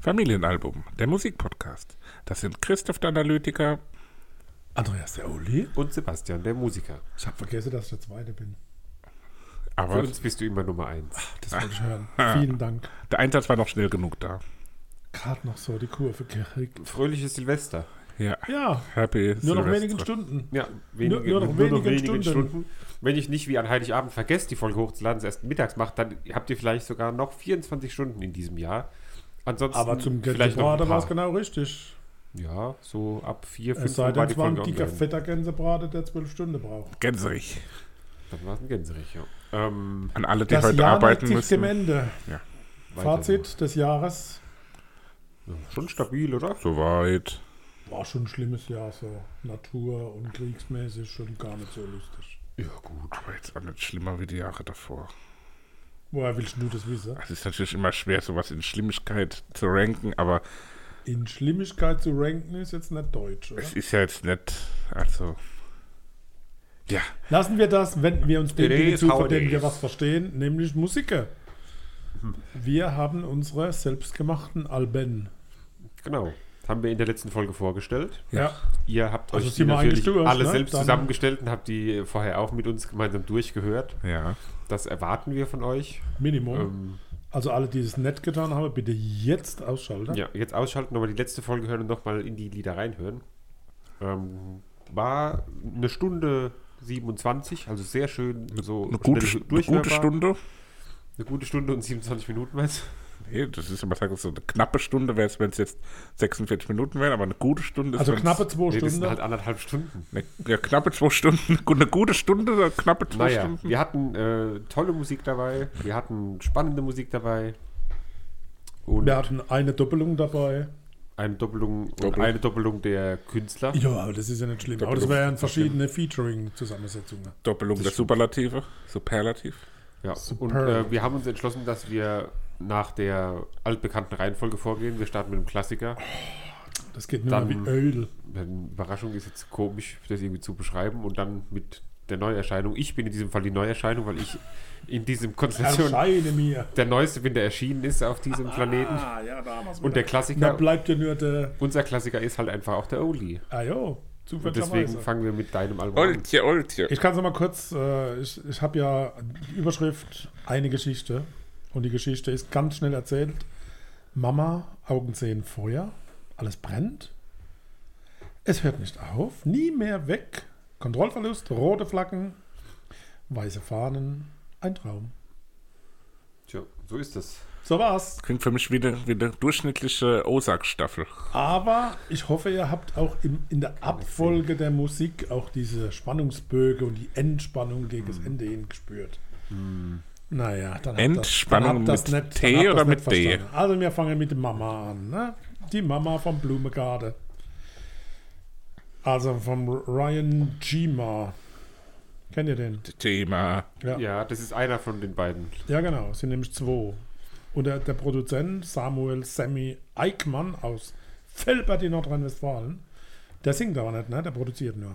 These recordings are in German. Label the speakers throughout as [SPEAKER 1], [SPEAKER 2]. [SPEAKER 1] Familienalbum, der Musikpodcast. Das sind Christoph der Analytiker.
[SPEAKER 2] Andreas der Uli?
[SPEAKER 3] Und Sebastian, der Musiker.
[SPEAKER 2] Ich habe vergessen, dass ich der Zweite bin.
[SPEAKER 3] Für
[SPEAKER 1] Aber
[SPEAKER 3] uns bist du immer Nummer eins.
[SPEAKER 2] Das wollte ich hören. Vielen Dank.
[SPEAKER 1] der Einsatz war noch schnell genug da.
[SPEAKER 2] Gerade noch so die Kurve gekriegt.
[SPEAKER 3] Fröhliches Silvester.
[SPEAKER 1] Ja.
[SPEAKER 2] Ja,
[SPEAKER 1] Happy
[SPEAKER 2] nur noch
[SPEAKER 1] Silvester.
[SPEAKER 2] wenigen Stunden.
[SPEAKER 3] Ja,
[SPEAKER 2] Nur-
[SPEAKER 3] wenige,
[SPEAKER 2] nur noch wenige Stunden.
[SPEAKER 3] Wenn ich nicht wie an Heiligabend vergesse, die Folge hochzuladen, es erst mittags macht, dann habt ihr vielleicht sogar noch 24 Stunden in diesem Jahr. Ansonsten
[SPEAKER 2] Aber zum
[SPEAKER 3] vielleicht noch
[SPEAKER 2] Gänsebraten
[SPEAKER 3] ein
[SPEAKER 2] war es
[SPEAKER 3] paar.
[SPEAKER 2] genau richtig.
[SPEAKER 3] Ja, so ab 4, 5
[SPEAKER 2] Es sei denn, es war ein dicker, fetter Gänsebraten, der zwölf Stunden braucht.
[SPEAKER 1] Gänserich.
[SPEAKER 3] Dann war es ein Gänserich, ja. Ähm,
[SPEAKER 1] An alle, die
[SPEAKER 2] Das
[SPEAKER 1] heute
[SPEAKER 2] Jahr neigt
[SPEAKER 1] arbeiten
[SPEAKER 2] sich dem
[SPEAKER 1] müssen.
[SPEAKER 2] Ende.
[SPEAKER 3] weiter
[SPEAKER 2] Fazit des Jahres
[SPEAKER 3] so. Schon stabil, oder?
[SPEAKER 1] Soweit.
[SPEAKER 2] war schon ein schlimmes Jahr, so Natur- und kriegsmäßig schon gar nicht so lustig.
[SPEAKER 3] Ja, gut.
[SPEAKER 1] Aber jetzt auch nicht schlimmer wie die Jahre davor.
[SPEAKER 2] Woher willst du das wissen?
[SPEAKER 1] Es ist natürlich immer schwer, sowas in Schlimmigkeit zu ranken, aber
[SPEAKER 2] In Schlimmigkeit zu ranken ist jetzt nicht deutsch, oder?
[SPEAKER 1] es ist ja jetzt nicht. Also. Ja,
[SPEAKER 2] Lassen wir das, wenden wir uns dem
[SPEAKER 3] It
[SPEAKER 2] Ding
[SPEAKER 3] is
[SPEAKER 2] zu,
[SPEAKER 3] how
[SPEAKER 2] von
[SPEAKER 3] it
[SPEAKER 2] dem wir
[SPEAKER 3] is. Hm.
[SPEAKER 2] was verstehen, nämlich Musiker. Wir haben unsere selbstgemachten Alben.
[SPEAKER 3] Genau. Das haben wir in der letzten Folge vorgestellt.
[SPEAKER 2] Ja.
[SPEAKER 3] Ihr habt
[SPEAKER 2] Also
[SPEAKER 3] euch die
[SPEAKER 2] sind wir
[SPEAKER 3] natürlich
[SPEAKER 2] eigentlich durch,
[SPEAKER 3] alle
[SPEAKER 2] ne?
[SPEAKER 3] selbst
[SPEAKER 2] Dann-
[SPEAKER 3] zusammengestellt und habt die vorher auch mit uns gemeinsam durchgehört.
[SPEAKER 1] ja.
[SPEAKER 3] Das erwarten wir von euch.
[SPEAKER 1] Mhm.
[SPEAKER 2] Minimum.
[SPEAKER 3] Ähm,
[SPEAKER 2] Also alle, die es nicht getan haben, bitte jetzt ausschalten.
[SPEAKER 3] Ja, jetzt ausschalten, nochmal die letzte Folge hören und nochmal in die Lieder reinhören. Ähm, war eine Stunde 27, also sehr schön so
[SPEAKER 1] Eine gute,
[SPEAKER 3] schnell
[SPEAKER 1] eine gute Stunde.
[SPEAKER 3] Eine gute Stunde und 27 Minuten, meinst du?
[SPEAKER 1] Nee, das ist immer sagen, so eine knappe Stunde wäre es, wenn es jetzt 46 Minuten wären, aber eine gute Stunde ist.
[SPEAKER 2] Also
[SPEAKER 1] wenn's-
[SPEAKER 2] knappe zwei
[SPEAKER 3] Nee, das sind
[SPEAKER 2] Stunden.
[SPEAKER 3] halt anderthalb Stunden.
[SPEAKER 1] Eine, ja, knappe zwei Stunden. Eine gute Stunde, eine knappe zwei
[SPEAKER 3] naja,
[SPEAKER 1] Stunden.
[SPEAKER 3] wir hatten äh, tolle Musik dabei, wir hatten spannende Musik dabei und
[SPEAKER 2] Wir hatten eine Doppelung dabei.
[SPEAKER 3] eine Doppelung und
[SPEAKER 1] Doppel.
[SPEAKER 3] eine Doppelung der Künstler.
[SPEAKER 2] Ja, aber das ist ja nicht schlimm. aber das
[SPEAKER 1] Doppelung.
[SPEAKER 2] wären verschiedene Featuring-Zusammensetzungen.
[SPEAKER 1] Doppelung der Superlative. Superlativ.
[SPEAKER 3] Ja,
[SPEAKER 2] Superb.
[SPEAKER 3] und äh, wir haben uns entschlossen, dass wir nach der altbekannten Reihenfolge vorgehen. Wir starten mit dem Klassiker.
[SPEAKER 2] Das geht nur
[SPEAKER 3] Dann-
[SPEAKER 2] wie Öl.
[SPEAKER 3] Dann Überraschung ist jetzt komisch, das irgendwie zu beschreiben und dann mit der Neuerscheinung. Ich bin in diesem Fall die Neuerscheinung, weil ich in diesem Konstellation
[SPEAKER 2] Erscheine mir. Ah,
[SPEAKER 3] der neueste bin, der erschienen ist auf diesem Planeten.
[SPEAKER 2] ja, da haben wir's
[SPEAKER 3] Und
[SPEAKER 2] wieder.
[SPEAKER 3] der
[SPEAKER 2] Da
[SPEAKER 3] Klassiker,
[SPEAKER 2] bleibt ja nur der.
[SPEAKER 3] unser Klassiker ist halt einfach auch der Oli.
[SPEAKER 2] Ah jo,
[SPEAKER 3] Und deswegen
[SPEAKER 2] zufälligerweise.
[SPEAKER 3] fangen wir mit deinem Album an.
[SPEAKER 1] Oltje, Oltje.
[SPEAKER 2] Ich kann es mal kurz. Äh, ich ich habe ja die Überschrift eine Geschichte. Und die Geschichte ist ganz schnell erzählt. Mama, Augen sehen Feuer. Alles brennt. Es hört nicht auf. Nie mehr weg. Kontrollverlust, rote Flaggen, weiße Fahnen. Ein Traum.
[SPEAKER 3] Tja, so ist das.
[SPEAKER 2] So war's.
[SPEAKER 1] Klingt für mich wie eine, wie eine durchschnittliche Osag-Staffel.
[SPEAKER 2] Aber ich hoffe, ihr habt auch im, in der Abfolge der Musik auch diese Spannungsböge und die Entspannung gegen
[SPEAKER 1] Hm.
[SPEAKER 2] das Ende hin gespürt. Naja, dann habt das-
[SPEAKER 1] Entspannung
[SPEAKER 2] dann habt das
[SPEAKER 1] mit
[SPEAKER 2] nicht- dann
[SPEAKER 1] T
[SPEAKER 2] habt das
[SPEAKER 1] oder
[SPEAKER 2] nicht
[SPEAKER 1] mit D?
[SPEAKER 2] verstanden. Also wir fangen mit der Mama an. Ne? Die Mama vom Blumengarde. Also vom Ryan Gima. Kennt ihr den?
[SPEAKER 1] Thema.
[SPEAKER 3] Ja, das ist einer von den beiden.
[SPEAKER 2] Ja, genau, es sind nämlich zwei. Und der, der Produzent Samuel Sammy Eichmann aus Velbert in Nordrhein-Westfalen, der singt aber nicht, ne? Der produziert nur.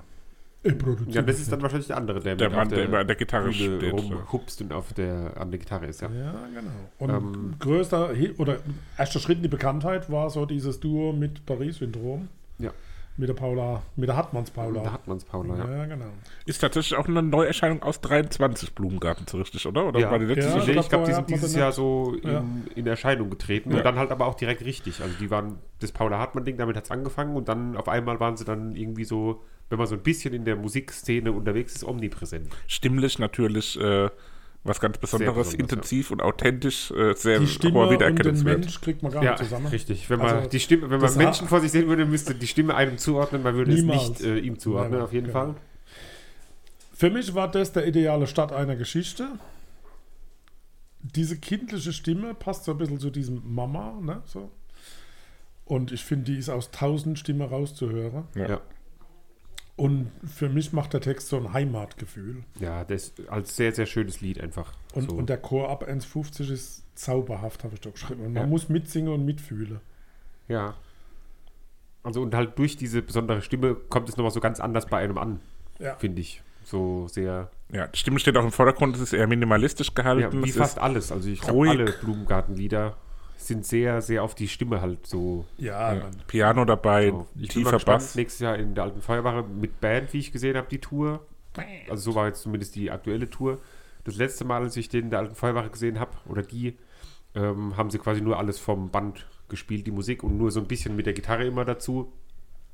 [SPEAKER 2] Er produziert.
[SPEAKER 3] Ja, das ist dann wahrscheinlich der andere, der,
[SPEAKER 1] Der
[SPEAKER 3] mit
[SPEAKER 1] Mann,
[SPEAKER 3] auf
[SPEAKER 1] der immer an der Gitarre
[SPEAKER 3] Bühne
[SPEAKER 1] steht.
[SPEAKER 3] rumhupst und auf der, an der Gitarre ist, ja.
[SPEAKER 2] Ja, genau. Und
[SPEAKER 3] Ähm.
[SPEAKER 2] größter Hit, oder erster Schritt in die Bekanntheit war so dieses Duo mit Paris-Syndrom.
[SPEAKER 3] Ja.
[SPEAKER 2] Mit der Paula, mit der
[SPEAKER 3] Da
[SPEAKER 2] Hartmanns-Paula.
[SPEAKER 3] hat man es, Paula, ja.
[SPEAKER 2] Ja, genau.
[SPEAKER 1] Ist tatsächlich auch eine Neuerscheinung aus 23 Blumengarten so richtig, oder? Oder
[SPEAKER 3] Ja.
[SPEAKER 1] war die letzte
[SPEAKER 2] Ja.
[SPEAKER 1] so
[SPEAKER 3] Nee, ich glaube, die
[SPEAKER 2] vorher
[SPEAKER 3] sind
[SPEAKER 2] hat man
[SPEAKER 3] dieses
[SPEAKER 2] dann
[SPEAKER 3] Jahr so in,
[SPEAKER 2] Ja.
[SPEAKER 3] in Erscheinung getreten
[SPEAKER 1] Ja.
[SPEAKER 3] und dann halt aber auch direkt richtig. Also die waren das Paula Hartmann-Ding, damit hat es angefangen und dann auf einmal waren sie dann irgendwie so, wenn man so ein bisschen in der Musikszene unterwegs ist, omnipräsent.
[SPEAKER 1] stimmlich natürlich äh, was ganz Besonderes,
[SPEAKER 3] besonders, ja.
[SPEAKER 1] intensiv und authentisch, äh,
[SPEAKER 3] Ähm,
[SPEAKER 1] sehr
[SPEAKER 2] Die Stimme
[SPEAKER 1] hoher
[SPEAKER 2] und den
[SPEAKER 1] Wiedererkennungswert.
[SPEAKER 2] Mensch kriegt man gar nicht zusammen.
[SPEAKER 3] richtig. Wenn man
[SPEAKER 2] Also,
[SPEAKER 3] die Stimme, wenn man
[SPEAKER 2] das
[SPEAKER 3] Menschen
[SPEAKER 2] hat-
[SPEAKER 3] vor sich sehen würde, müsste die Stimme einem zuordnen, man würde
[SPEAKER 2] Niemals.
[SPEAKER 3] es nicht äh, ihm zuordnen,
[SPEAKER 2] Nein,
[SPEAKER 3] auf jeden
[SPEAKER 2] genau.
[SPEAKER 3] Fall.
[SPEAKER 2] Für mich war das der ideale Start einer Geschichte. Diese kindliche Stimme passt so ein bisschen zu diesem Mama, ne? So. Und ich finde, die ist aus tausend Stimmen rauszuhören.
[SPEAKER 1] Ja.
[SPEAKER 3] Ja.
[SPEAKER 2] Und für mich macht der Text so ein Heimatgefühl.
[SPEAKER 3] Ja, das als sehr, sehr schönes Lied einfach.
[SPEAKER 2] Und,
[SPEAKER 3] so.
[SPEAKER 2] und der Chor ab 1,50 ist zauberhaft, habe ich doch geschrieben. Und man
[SPEAKER 3] Ja.
[SPEAKER 2] muss mitsingen und mitfühlen.
[SPEAKER 3] ja. Also und halt durch diese besondere Stimme kommt es nochmal so ganz anders bei einem an,
[SPEAKER 2] Ja.
[SPEAKER 3] finde ich. So sehr
[SPEAKER 1] Ja, die Stimme steht auch im Vordergrund, es ist eher minimalistisch
[SPEAKER 3] Ja,
[SPEAKER 1] gehalten.
[SPEAKER 3] Also wie
[SPEAKER 1] es
[SPEAKER 3] fast
[SPEAKER 1] ist,
[SPEAKER 3] alles. Also ich glaube,
[SPEAKER 1] ruhig.
[SPEAKER 3] alle Blumengartenlieder sind sehr, sehr auf die Stimme halt so.
[SPEAKER 2] Ja,
[SPEAKER 1] Ja.
[SPEAKER 2] Mann.
[SPEAKER 1] äh, Piano dabei,
[SPEAKER 3] so. Ich bin mal
[SPEAKER 1] tiefer
[SPEAKER 3] gespannt,
[SPEAKER 1] Bass.
[SPEAKER 3] nächstes Jahr in der alten Feuerwache mit Band, wie ich gesehen habe, die Tour. Also so war jetzt zumindest die aktuelle Tour. Das letzte Mal, als ich den in der alten Feuerwache gesehen habe, oder die, ähm, haben sie quasi nur alles vom Band gespielt, die Musik, und nur so ein bisschen mit der Gitarre immer dazu.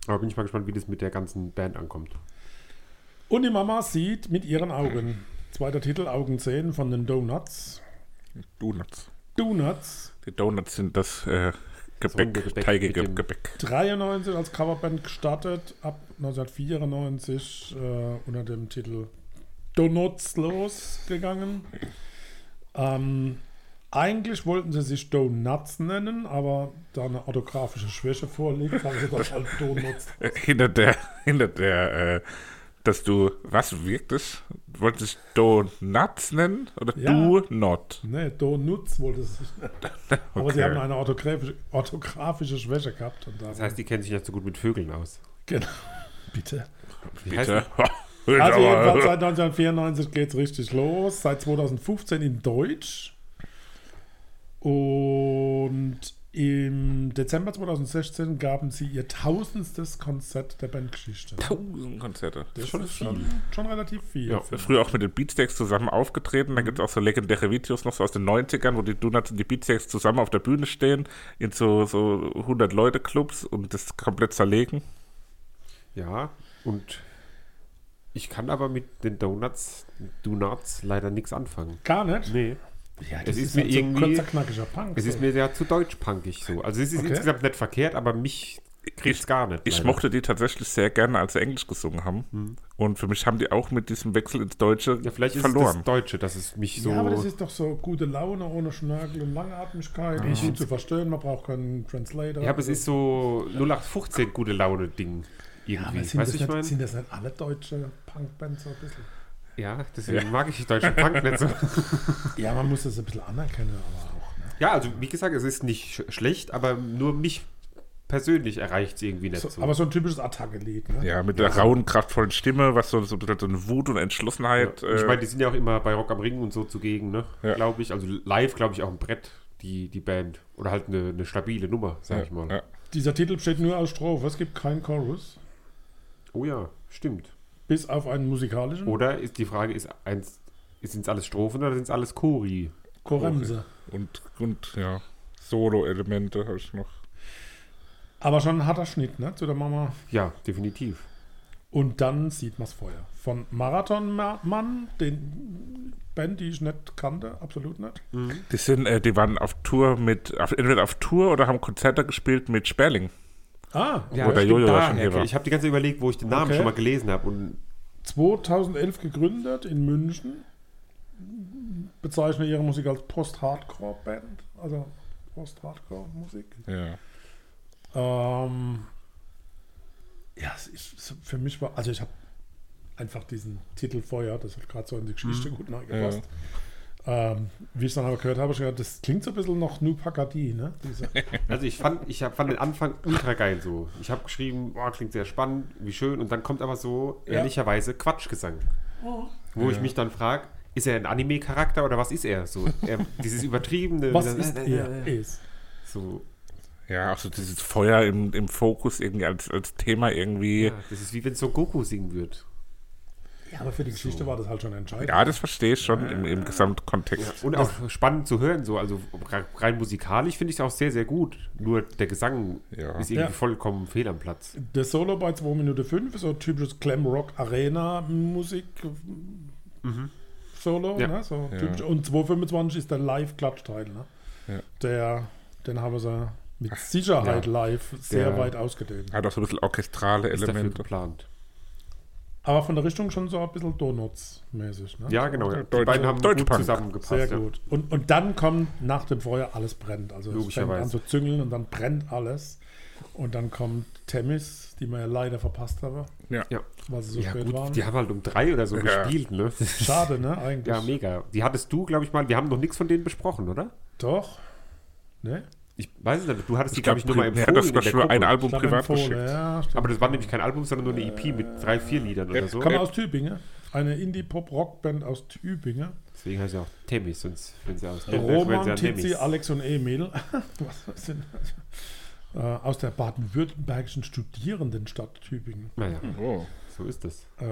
[SPEAKER 3] Aber bin ich mal gespannt, wie das mit der ganzen Band ankommt.
[SPEAKER 2] Und die Mama sieht mit ihren Augen. Zweiter Titel, Augen sehen von den Donuts.
[SPEAKER 1] Donuts.
[SPEAKER 2] Donuts,
[SPEAKER 1] Die Donuts sind das äh, Gebäck,
[SPEAKER 3] runde Gebäck mit
[SPEAKER 1] teigige
[SPEAKER 3] dem-
[SPEAKER 1] Gebäck.
[SPEAKER 2] 93 als Coverband gestartet, ab 1994 äh, unter dem Titel Donuts losgegangen. Ähm, eigentlich wollten sie sich Donuts nennen, aber da eine orthografische Schwäche vorliegt, haben sie halt das als Donuts.
[SPEAKER 1] Äh, hinter der, hinter der, äh, dass du, was wirkt es? Wolltest du Donuts nennen? Oder
[SPEAKER 2] Ja.
[SPEAKER 1] Do Not?
[SPEAKER 2] Nee, Donuts wollte es nicht. nennen. Aber sie
[SPEAKER 1] Okay.
[SPEAKER 2] haben eine orthografische, orthografische Schwäche gehabt. Und
[SPEAKER 3] Das heißt, die kennen sich nicht so gut mit Vögeln aus.
[SPEAKER 2] genau. Bitte.
[SPEAKER 3] Wie heißt
[SPEAKER 1] Bitte. äh,
[SPEAKER 2] Also
[SPEAKER 1] Aber-
[SPEAKER 2] jedenfalls seit 1994 geht's richtig los. Seit 2015 in Deutsch. Und im Dezember 2016 gaben sie ihr tausendstes Konzert der Bandgeschichte.
[SPEAKER 1] Tausend Konzerte.
[SPEAKER 2] Das schon ist schon, schon relativ viel.
[SPEAKER 3] Ja,
[SPEAKER 2] finde ich.
[SPEAKER 1] Früher auch mit den Beatsteaks zusammen aufgetreten. Da gibt es auch so legendäre Videos noch so aus den 90ern, wo die Donuts und die Beatsteaks zusammen auf der Bühne stehen, in so, so 100-Leute-Clubs und das komplett zerlegen.
[SPEAKER 3] Ja, und ich kann aber mit den Donuts, Donuts leider nichts anfangen.
[SPEAKER 2] Gar nicht?
[SPEAKER 3] Nee.
[SPEAKER 2] Ja, halt
[SPEAKER 3] Es ist mir
[SPEAKER 2] so
[SPEAKER 3] irgendwie-
[SPEAKER 2] kurzer, knackiger Punk.
[SPEAKER 3] Es ist mir ja zu deutschpunkig so. Also es ist
[SPEAKER 2] Okay.
[SPEAKER 3] insgesamt nicht verkehrt, aber mich kriegt's gar nicht.
[SPEAKER 1] Ich
[SPEAKER 3] leider. Mhm.
[SPEAKER 1] mochte die tatsächlich sehr gerne, als sie Englisch gesungen haben. Und für mich haben die auch mit diesem Wechsel ins Deutsche
[SPEAKER 3] ja, vielleicht ist es das
[SPEAKER 1] verloren.
[SPEAKER 3] Deutsche, dass es mich so.
[SPEAKER 2] Ja, aber das ist doch so gute Laune ohne Schnörkel und Langatmigkeit. gut zu verstehen, man braucht keinen Translator. Also,
[SPEAKER 3] ja, aber es ist so 0815 gute Laune Ding
[SPEAKER 2] Ja,
[SPEAKER 3] irgendwie.
[SPEAKER 2] aber sind,
[SPEAKER 3] weißt
[SPEAKER 2] das
[SPEAKER 3] du, ich
[SPEAKER 2] nicht,
[SPEAKER 3] meine?
[SPEAKER 2] sind das nicht alle deutsche Punkbands so ein bisschen?
[SPEAKER 3] Ja, deswegen mag ich die deutschen Punk nicht so.
[SPEAKER 2] Ja, man muss das ein bisschen anerkennen, aber auch. Ne?
[SPEAKER 3] Ja, also wie gesagt, es ist nicht sch- schlecht, aber nur mich persönlich erreicht es irgendwie nicht so.
[SPEAKER 2] So, aber so ein typisches Attacke-Lied. Ne?
[SPEAKER 1] Ja, mit
[SPEAKER 3] also-
[SPEAKER 1] der rauen, kraftvollen Stimme, was so, so, ein bisschen so eine Wut und Entschlossenheit.
[SPEAKER 2] Halt,
[SPEAKER 3] Ja, ich
[SPEAKER 1] äh,
[SPEAKER 3] meine, die sind ja auch immer bei Rock am Ring und so zugegen, ne?
[SPEAKER 1] Ja.
[SPEAKER 3] Glaube ich. Also live, glaube ich, auch im Brett, die, die Band. Oder halt eine, eine stabile Nummer, sag ich mal.
[SPEAKER 1] ja.
[SPEAKER 2] Dieser Titel besteht nur aus Strophe, es gibt keinen Chorus,
[SPEAKER 3] Oh ja, stimmt.
[SPEAKER 2] bis auf einen musikalischen
[SPEAKER 1] Oh,
[SPEAKER 3] Oder ist die Frage, ist eins, sind es alles Strophen oder sind es alles Chori?
[SPEAKER 2] Choremse.
[SPEAKER 1] Und, und ja, Solo-Elemente habe ich noch.
[SPEAKER 2] Aber schon ein harter Schnitt, ne, zu der Mama.
[SPEAKER 3] Ja, definitiv.
[SPEAKER 2] Und dann sieht man's Feuer. Von Marathonmann, den Band, die ich nicht kannte, absolut nicht.
[SPEAKER 1] Die, sind, äh, die waren auf Tour mit, auf, entweder auf Tour oder haben Konzerte gespielt mit Sperling.
[SPEAKER 2] Ah,
[SPEAKER 1] Wo der
[SPEAKER 3] stimmt,
[SPEAKER 1] Jojo ja
[SPEAKER 3] daher
[SPEAKER 1] schon hier
[SPEAKER 3] kenn-
[SPEAKER 1] war.
[SPEAKER 3] Ich habe die ganze Zeit überlegt, wo ich den Namen
[SPEAKER 2] Okay.
[SPEAKER 3] schon mal gelesen habe. Und
[SPEAKER 2] 2011 gegründet in München. Bezeichne ihre Musik als Post-Hardcore-Band, also Post-Hardcore-Musik.
[SPEAKER 1] Ja.
[SPEAKER 2] Ähm, ja, es ist, es- für mich war, also ich habe einfach diesen Titel Feuer, das hat gerade so in die Geschichte gut reingepasst. Ähm, wie ich dann aber gehört habe, ich gedacht, das klingt so ein bisschen nach New Pacadie, ne? Diese,
[SPEAKER 3] also ich fand, ich hab, fand den Anfang ultra geil so. Ich habe geschrieben, boah, klingt sehr spannend, wie schön. Und dann kommt aber so
[SPEAKER 2] Ja.
[SPEAKER 3] ehrlicherweise Quatschgesang. Wo ich mich dann frage, ist er ein Anime-Charakter oder was ist er? So, er, dieses übertriebene.
[SPEAKER 2] was ist ihr? Ist.
[SPEAKER 3] So,
[SPEAKER 1] Ja, auch so dieses Feuer im, im Fokus irgendwie als, als Thema irgendwie.
[SPEAKER 3] ja,
[SPEAKER 1] Ja,
[SPEAKER 3] das ist wie wenn so Goku singen würde.
[SPEAKER 2] Ja, aber für die Geschichte war das halt schon entscheidend.
[SPEAKER 1] das verstehe ich schon im, im Gesamtkontext.
[SPEAKER 3] Und auch spannend zu hören, so. Also re- rein musikalisch finde ich es auch sehr, sehr gut. Nur der Gesang
[SPEAKER 1] Ja.
[SPEAKER 3] ist irgendwie
[SPEAKER 2] Ja.
[SPEAKER 3] vollkommen fehl am Platz.
[SPEAKER 2] Das Solo bei 2 Minuten 5 ist so typisches Glamrock-Arena-Musik. Solo,
[SPEAKER 3] Mhm. Ja.
[SPEAKER 2] ne? So
[SPEAKER 1] Ja.
[SPEAKER 2] typisch. Und 225 ist der Live-Klatschteil, ne?
[SPEAKER 1] Ja.
[SPEAKER 2] Der, den haben sie mit Sicherheit
[SPEAKER 3] ja.
[SPEAKER 2] live sehr
[SPEAKER 3] Der-
[SPEAKER 2] weit ausgedehnt.
[SPEAKER 1] Hat auch so ein bisschen orchestrale
[SPEAKER 3] Ist dafür
[SPEAKER 1] Elemente.
[SPEAKER 3] geplant.
[SPEAKER 2] Aber von der Richtung schon so ein bisschen Donuts-mäßig, ne?
[SPEAKER 3] Ja, genau. Ja. Die
[SPEAKER 1] Deutsche-
[SPEAKER 3] beiden haben
[SPEAKER 1] Deutsche
[SPEAKER 3] gut
[SPEAKER 1] Punk.
[SPEAKER 3] zusammengepasst.
[SPEAKER 2] Sehr
[SPEAKER 3] ja.
[SPEAKER 2] gut. Und, und dann kommt nach dem Feuer alles brennt. Also es fängt
[SPEAKER 3] Logischerweise.
[SPEAKER 2] an zu züngeln und dann brennt alles. Und dann kommt Temis, die man ja leider verpasst habe,
[SPEAKER 1] Ja.
[SPEAKER 3] Ja,
[SPEAKER 2] weil sie so
[SPEAKER 3] ja
[SPEAKER 2] spät
[SPEAKER 3] gut,
[SPEAKER 2] waren.
[SPEAKER 3] die haben halt um drei oder so
[SPEAKER 1] Ja.
[SPEAKER 3] gespielt, ne?
[SPEAKER 2] Schade, ne? Eigentlich.
[SPEAKER 3] Ja, mega. Die hattest du, glaube ich, mal. Wir haben noch nichts von denen besprochen, oder?
[SPEAKER 2] Doch. Ne?
[SPEAKER 3] Ich weiß es nicht. Du hattest die,
[SPEAKER 1] glaub,
[SPEAKER 3] glaube ich, nur mal
[SPEAKER 1] pri-
[SPEAKER 3] empfohlen.
[SPEAKER 1] ja, das
[SPEAKER 3] in
[SPEAKER 1] war
[SPEAKER 3] der
[SPEAKER 1] schon mal ein
[SPEAKER 3] Gruppe.
[SPEAKER 1] Album
[SPEAKER 2] Ich glaub,
[SPEAKER 1] privat
[SPEAKER 2] empfohlen,
[SPEAKER 1] geschickt.
[SPEAKER 2] ja, stimmt.
[SPEAKER 3] E Aber das war nämlich kein Album, sondern nur eine EP mit drei, vier Liedern oder so.
[SPEAKER 2] Kam aus Tübingen. eine Indie-Pop-Rockband aus Tübingen.
[SPEAKER 3] Deswegen heißt sie auch Temis, sonst wenn sie aus
[SPEAKER 2] Roman, Tizi,
[SPEAKER 3] Temis.
[SPEAKER 2] Alex und Emil. Was ist denn das? Äh, aus der baden-württembergischen Studierendenstadt Tübingen.
[SPEAKER 3] Naja,
[SPEAKER 1] Oh.
[SPEAKER 3] so ist das.
[SPEAKER 2] Äh,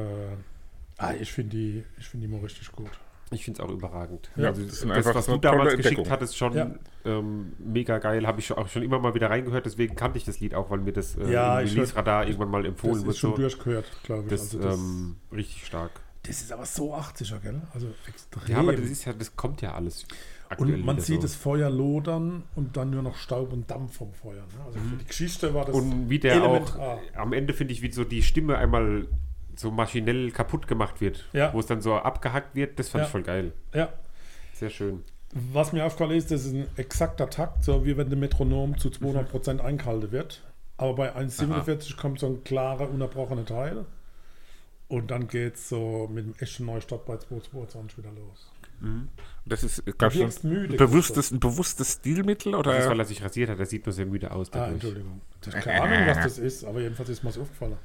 [SPEAKER 2] ah, ich finde die, ich find die mal richtig gut.
[SPEAKER 3] Ich finde es auch überragend.
[SPEAKER 2] Ja,
[SPEAKER 3] also
[SPEAKER 1] das
[SPEAKER 3] das,
[SPEAKER 1] sind einfach
[SPEAKER 3] was
[SPEAKER 1] so
[SPEAKER 3] du damals
[SPEAKER 1] tolle
[SPEAKER 3] geschickt
[SPEAKER 1] Entdeckungen.
[SPEAKER 3] hattest, schon
[SPEAKER 2] Ja.
[SPEAKER 3] ähm, mega geil. Habe ich schon- auch schon immer mal wieder reingehört. Deswegen kannte ich das Lied auch, weil mir das äh,
[SPEAKER 2] Ja,
[SPEAKER 3] im
[SPEAKER 2] ich
[SPEAKER 3] Release-Radar irgendwann mal empfohlen
[SPEAKER 2] Das
[SPEAKER 3] wurde.
[SPEAKER 2] ist schon
[SPEAKER 3] So.
[SPEAKER 2] durchgehört, glaube ich.
[SPEAKER 3] Das,
[SPEAKER 2] also das,
[SPEAKER 3] ähm, richtig stark.
[SPEAKER 2] das ist aber so 80er, gell? Also extrem.
[SPEAKER 3] Ja, aber das ist ja, das kommt ja alles. aktuell
[SPEAKER 2] und man
[SPEAKER 3] wieder
[SPEAKER 2] sieht
[SPEAKER 3] so.
[SPEAKER 2] das Feuer lodern und dann nur noch Staub und Dampf vom Feuer. Ne? Also für die Geschichte war das.
[SPEAKER 3] Und wie der
[SPEAKER 2] Element ah.
[SPEAKER 3] auch
[SPEAKER 2] A.
[SPEAKER 3] am Ende finde ich, wie so die Stimme einmal so maschinell kaputt gemacht wird,
[SPEAKER 2] Ja.
[SPEAKER 3] wo es dann so abgehackt wird, das fand
[SPEAKER 2] Ja.
[SPEAKER 3] ich voll geil.
[SPEAKER 2] ja,
[SPEAKER 3] Sehr schön.
[SPEAKER 2] Was mir aufgefallen ist, das ist ein exakter Takt, so wie wenn der Metronom zu 200% eingehalten wird. Aber bei 1,47 kommt so ein klarer, unterbrochener Teil. Und dann geht es so mit dem echten Neustart bei 2,22 wieder los. Ah,
[SPEAKER 1] Das ist ganz schön
[SPEAKER 2] wirkst müde,
[SPEAKER 1] ein bewusstes, ein bewusstes Stilmittel
[SPEAKER 3] Das ist, weil
[SPEAKER 1] oder?
[SPEAKER 3] er sich rasiert hat, er sieht nur sehr müde aus
[SPEAKER 2] Ah,
[SPEAKER 3] dadurch.
[SPEAKER 2] Entschuldigung. Das, keine Ahnung, was das ist, aber jedenfalls ist mir das aufgefallen.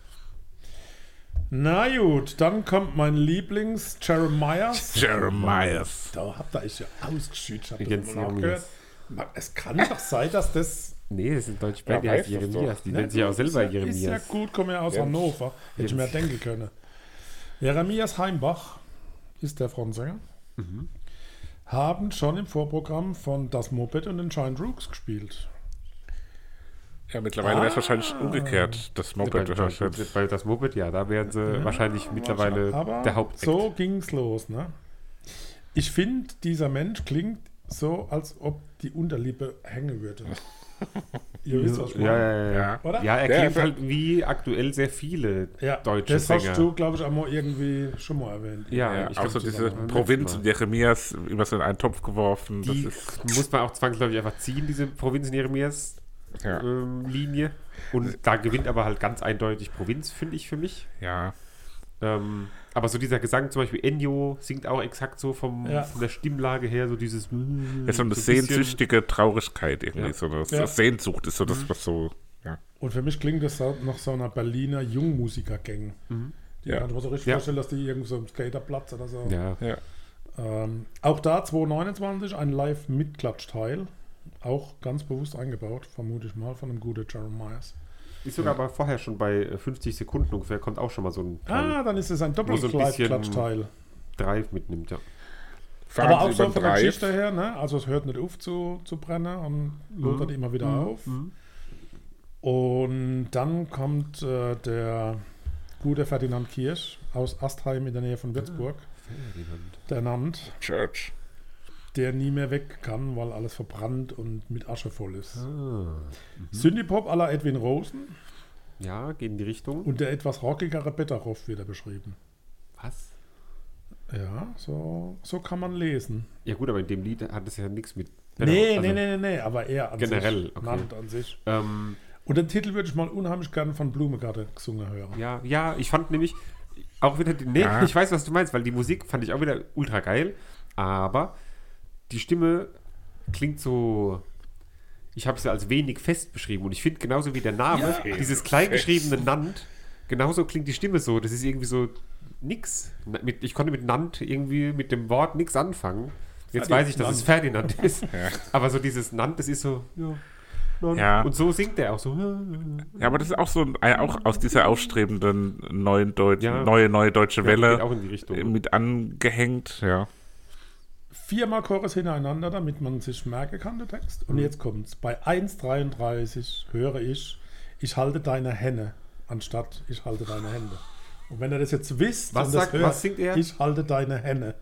[SPEAKER 2] Na gut, dann kommt mein Lieblings Jeremias.
[SPEAKER 1] Jeremias.
[SPEAKER 2] Da habt ihr euch ja ausgeschüttet, habt ihr
[SPEAKER 3] Jens
[SPEAKER 2] das mal
[SPEAKER 3] Jeremias.
[SPEAKER 2] abgehört. Es kann doch sein, dass das
[SPEAKER 3] nee, das sind deutsche Band,
[SPEAKER 1] Ja,
[SPEAKER 3] die heißt
[SPEAKER 1] weiß das
[SPEAKER 3] Jeremias.
[SPEAKER 1] doch.
[SPEAKER 3] Die
[SPEAKER 2] Ja,
[SPEAKER 3] nennen sich ja auch selber
[SPEAKER 2] Ne? ist ja,
[SPEAKER 3] Jeremias.
[SPEAKER 2] Ist ja gut, komme ja aus
[SPEAKER 1] Ja.
[SPEAKER 2] Hannover. Hätte ich
[SPEAKER 3] Ja.
[SPEAKER 2] mir denken können. Jeremias Heimbach ist der Frontsänger.
[SPEAKER 3] Mhm.
[SPEAKER 2] Haben schon im Vorprogramm von Das Moped und den Giant Rooks gespielt.
[SPEAKER 1] Ja, mittlerweile wäre es wahrscheinlich umgekehrt. Das
[SPEAKER 3] Ah. Bei,
[SPEAKER 1] Moped
[SPEAKER 3] bei,
[SPEAKER 1] wahrscheinlich.
[SPEAKER 3] bei das Moped, ja, da wären sie wahrscheinlich mittlerweile
[SPEAKER 2] Aber
[SPEAKER 3] Äh, der Haupt.
[SPEAKER 2] so ging's los. Ne? Ich finde, dieser Mensch klingt so, als ob die Unterlippe hängen würde. Ihr wisst, was ich
[SPEAKER 3] ja,
[SPEAKER 2] meine.
[SPEAKER 3] ja, ja,
[SPEAKER 1] Ja.
[SPEAKER 3] ja.
[SPEAKER 2] Oder?
[SPEAKER 3] ja, er
[SPEAKER 1] Ja,
[SPEAKER 3] klingt
[SPEAKER 1] ja.
[SPEAKER 3] halt wie aktuell sehr viele
[SPEAKER 2] Ja,
[SPEAKER 3] deutsche
[SPEAKER 2] das
[SPEAKER 3] Sänger.
[SPEAKER 2] hast du, glaube ich, einmal irgendwie schon mal erwähnt.
[SPEAKER 1] Ja,
[SPEAKER 3] ich
[SPEAKER 1] auch
[SPEAKER 3] glaub,
[SPEAKER 1] so
[SPEAKER 3] die
[SPEAKER 1] diese
[SPEAKER 3] waren beim
[SPEAKER 1] Provinz
[SPEAKER 3] letzten
[SPEAKER 1] und
[SPEAKER 3] Mal.
[SPEAKER 1] Jeremias immer so in einen Topf geworfen. Das
[SPEAKER 3] Die
[SPEAKER 1] ist,
[SPEAKER 3] muss man auch zwangsläufig einfach ziehen, diese Provinzen Jeremias.
[SPEAKER 1] Ja.
[SPEAKER 3] ähm, Linie. Und da gewinnt aber halt ganz eindeutig Provinz, finde ich für mich.
[SPEAKER 1] ja.
[SPEAKER 3] Ähm, aber so dieser Gesang, zum Beispiel Ennio singt auch exakt so vom,
[SPEAKER 2] Ja.
[SPEAKER 3] von der Stimmlage her, so dieses.
[SPEAKER 1] Das ist so eine
[SPEAKER 3] so ein bisschen-
[SPEAKER 1] sehnsüchtige Traurigkeit irgendwie.
[SPEAKER 3] Ja. Mhm.
[SPEAKER 1] So eine
[SPEAKER 2] Ja.
[SPEAKER 1] Sehnsucht ist so das, was so. Ja.
[SPEAKER 2] Und für mich klingt das so- nach so einer Berliner Jungmusiker-Gang. Die
[SPEAKER 1] Ja.
[SPEAKER 2] kann ich mir so richtig
[SPEAKER 3] Ja.
[SPEAKER 2] vorstellen, dass die irgendwo so am Skaterplatz oder so.
[SPEAKER 3] Ja,
[SPEAKER 1] ja.
[SPEAKER 2] Ähm, auch da 229, ein Live-Mitklatsch-Teil. Auch ganz bewusst eingebaut, vermute ich mal, von einem guten Jeremias.
[SPEAKER 3] ist sogar aber vorher schon bei äh, 50 Sekunden ungefähr, kommt auch schon mal so ein Teil
[SPEAKER 2] Ah, dann ist es ein
[SPEAKER 3] Wo so ein bisschen-
[SPEAKER 2] Doppel-Live-Klatsch-Teil.
[SPEAKER 3] Drive mitnimmt. Ja.
[SPEAKER 1] Fahren
[SPEAKER 2] Aber
[SPEAKER 1] Sie
[SPEAKER 2] auch so
[SPEAKER 1] beim
[SPEAKER 2] von der
[SPEAKER 1] Drive.
[SPEAKER 2] Geschichte her, ne? Also es hört nicht auf zu, zu brennen und
[SPEAKER 3] Mhm.
[SPEAKER 2] lodert immer wieder auf. Und dann kommt äh, der gute Ferdinand Kirsch aus Astheim in der Nähe von Würzburg, der nannt,
[SPEAKER 1] Church.
[SPEAKER 2] der nie mehr weg kann, weil alles verbrannt und mit Asche voll ist.
[SPEAKER 3] Ah.
[SPEAKER 2] Synthie-Pop aller Edwin Rosen
[SPEAKER 3] Ja, geht in die Richtung.
[SPEAKER 2] und der etwas rockigere Betteroff wird er beschrieben.
[SPEAKER 3] Was?
[SPEAKER 2] Ja, so, so kann man lesen.
[SPEAKER 3] Ja, gut, aber in dem Lied hat es ja nichts mit.
[SPEAKER 2] Nee,
[SPEAKER 3] Also,
[SPEAKER 2] nee, nee, nee, nee, aber er an
[SPEAKER 3] Generell,
[SPEAKER 2] sich.
[SPEAKER 3] okay.
[SPEAKER 2] Nannt an sich.
[SPEAKER 3] Ähm,
[SPEAKER 2] Und den Titel würde ich mal unheimlich gerne von Blumegarde gesungen hören.
[SPEAKER 3] Ja, ja, ich fand nämlich auch wieder, die, nee,
[SPEAKER 1] Ja.
[SPEAKER 3] ich weiß, was du meinst, weil die Musik fand ich auch wieder ultra geil, aber die Stimme klingt so, ich habe sie als wenig fest beschrieben und ich finde genauso wie der Name, dieses kleingeschriebene Nant, genauso klingt die Stimme so, das ist irgendwie so nix. Na- Mit, ich konnte mit Nant irgendwie mit dem Wort nix anfangen. Jetzt weiß ich, dass es Ferdinand ist. Aber so dieses Nant, das ist so. Ja, Nant.
[SPEAKER 1] Ja.
[SPEAKER 3] Und so singt er auch so.
[SPEAKER 1] Ja, aber das ist auch so ein, äh, auch aus dieser aufstrebenden neuen Deut
[SPEAKER 3] Ja.
[SPEAKER 1] neue neue deutsche Welle
[SPEAKER 3] Geht auch in die Richtung.
[SPEAKER 1] äh, mit angehängt. Ja.
[SPEAKER 2] Viermal Chorus hintereinander, damit man sich merken kann, der Text.
[SPEAKER 3] Mhm.
[SPEAKER 2] Und jetzt kommt's. Bei 1,33 höre ich, ich halte deine Henne, anstatt ich halte deine Hände. Und wenn ihr das jetzt wisst,
[SPEAKER 3] Was
[SPEAKER 2] und das
[SPEAKER 3] sagt- was singt er?
[SPEAKER 2] Ich halte deine Henne.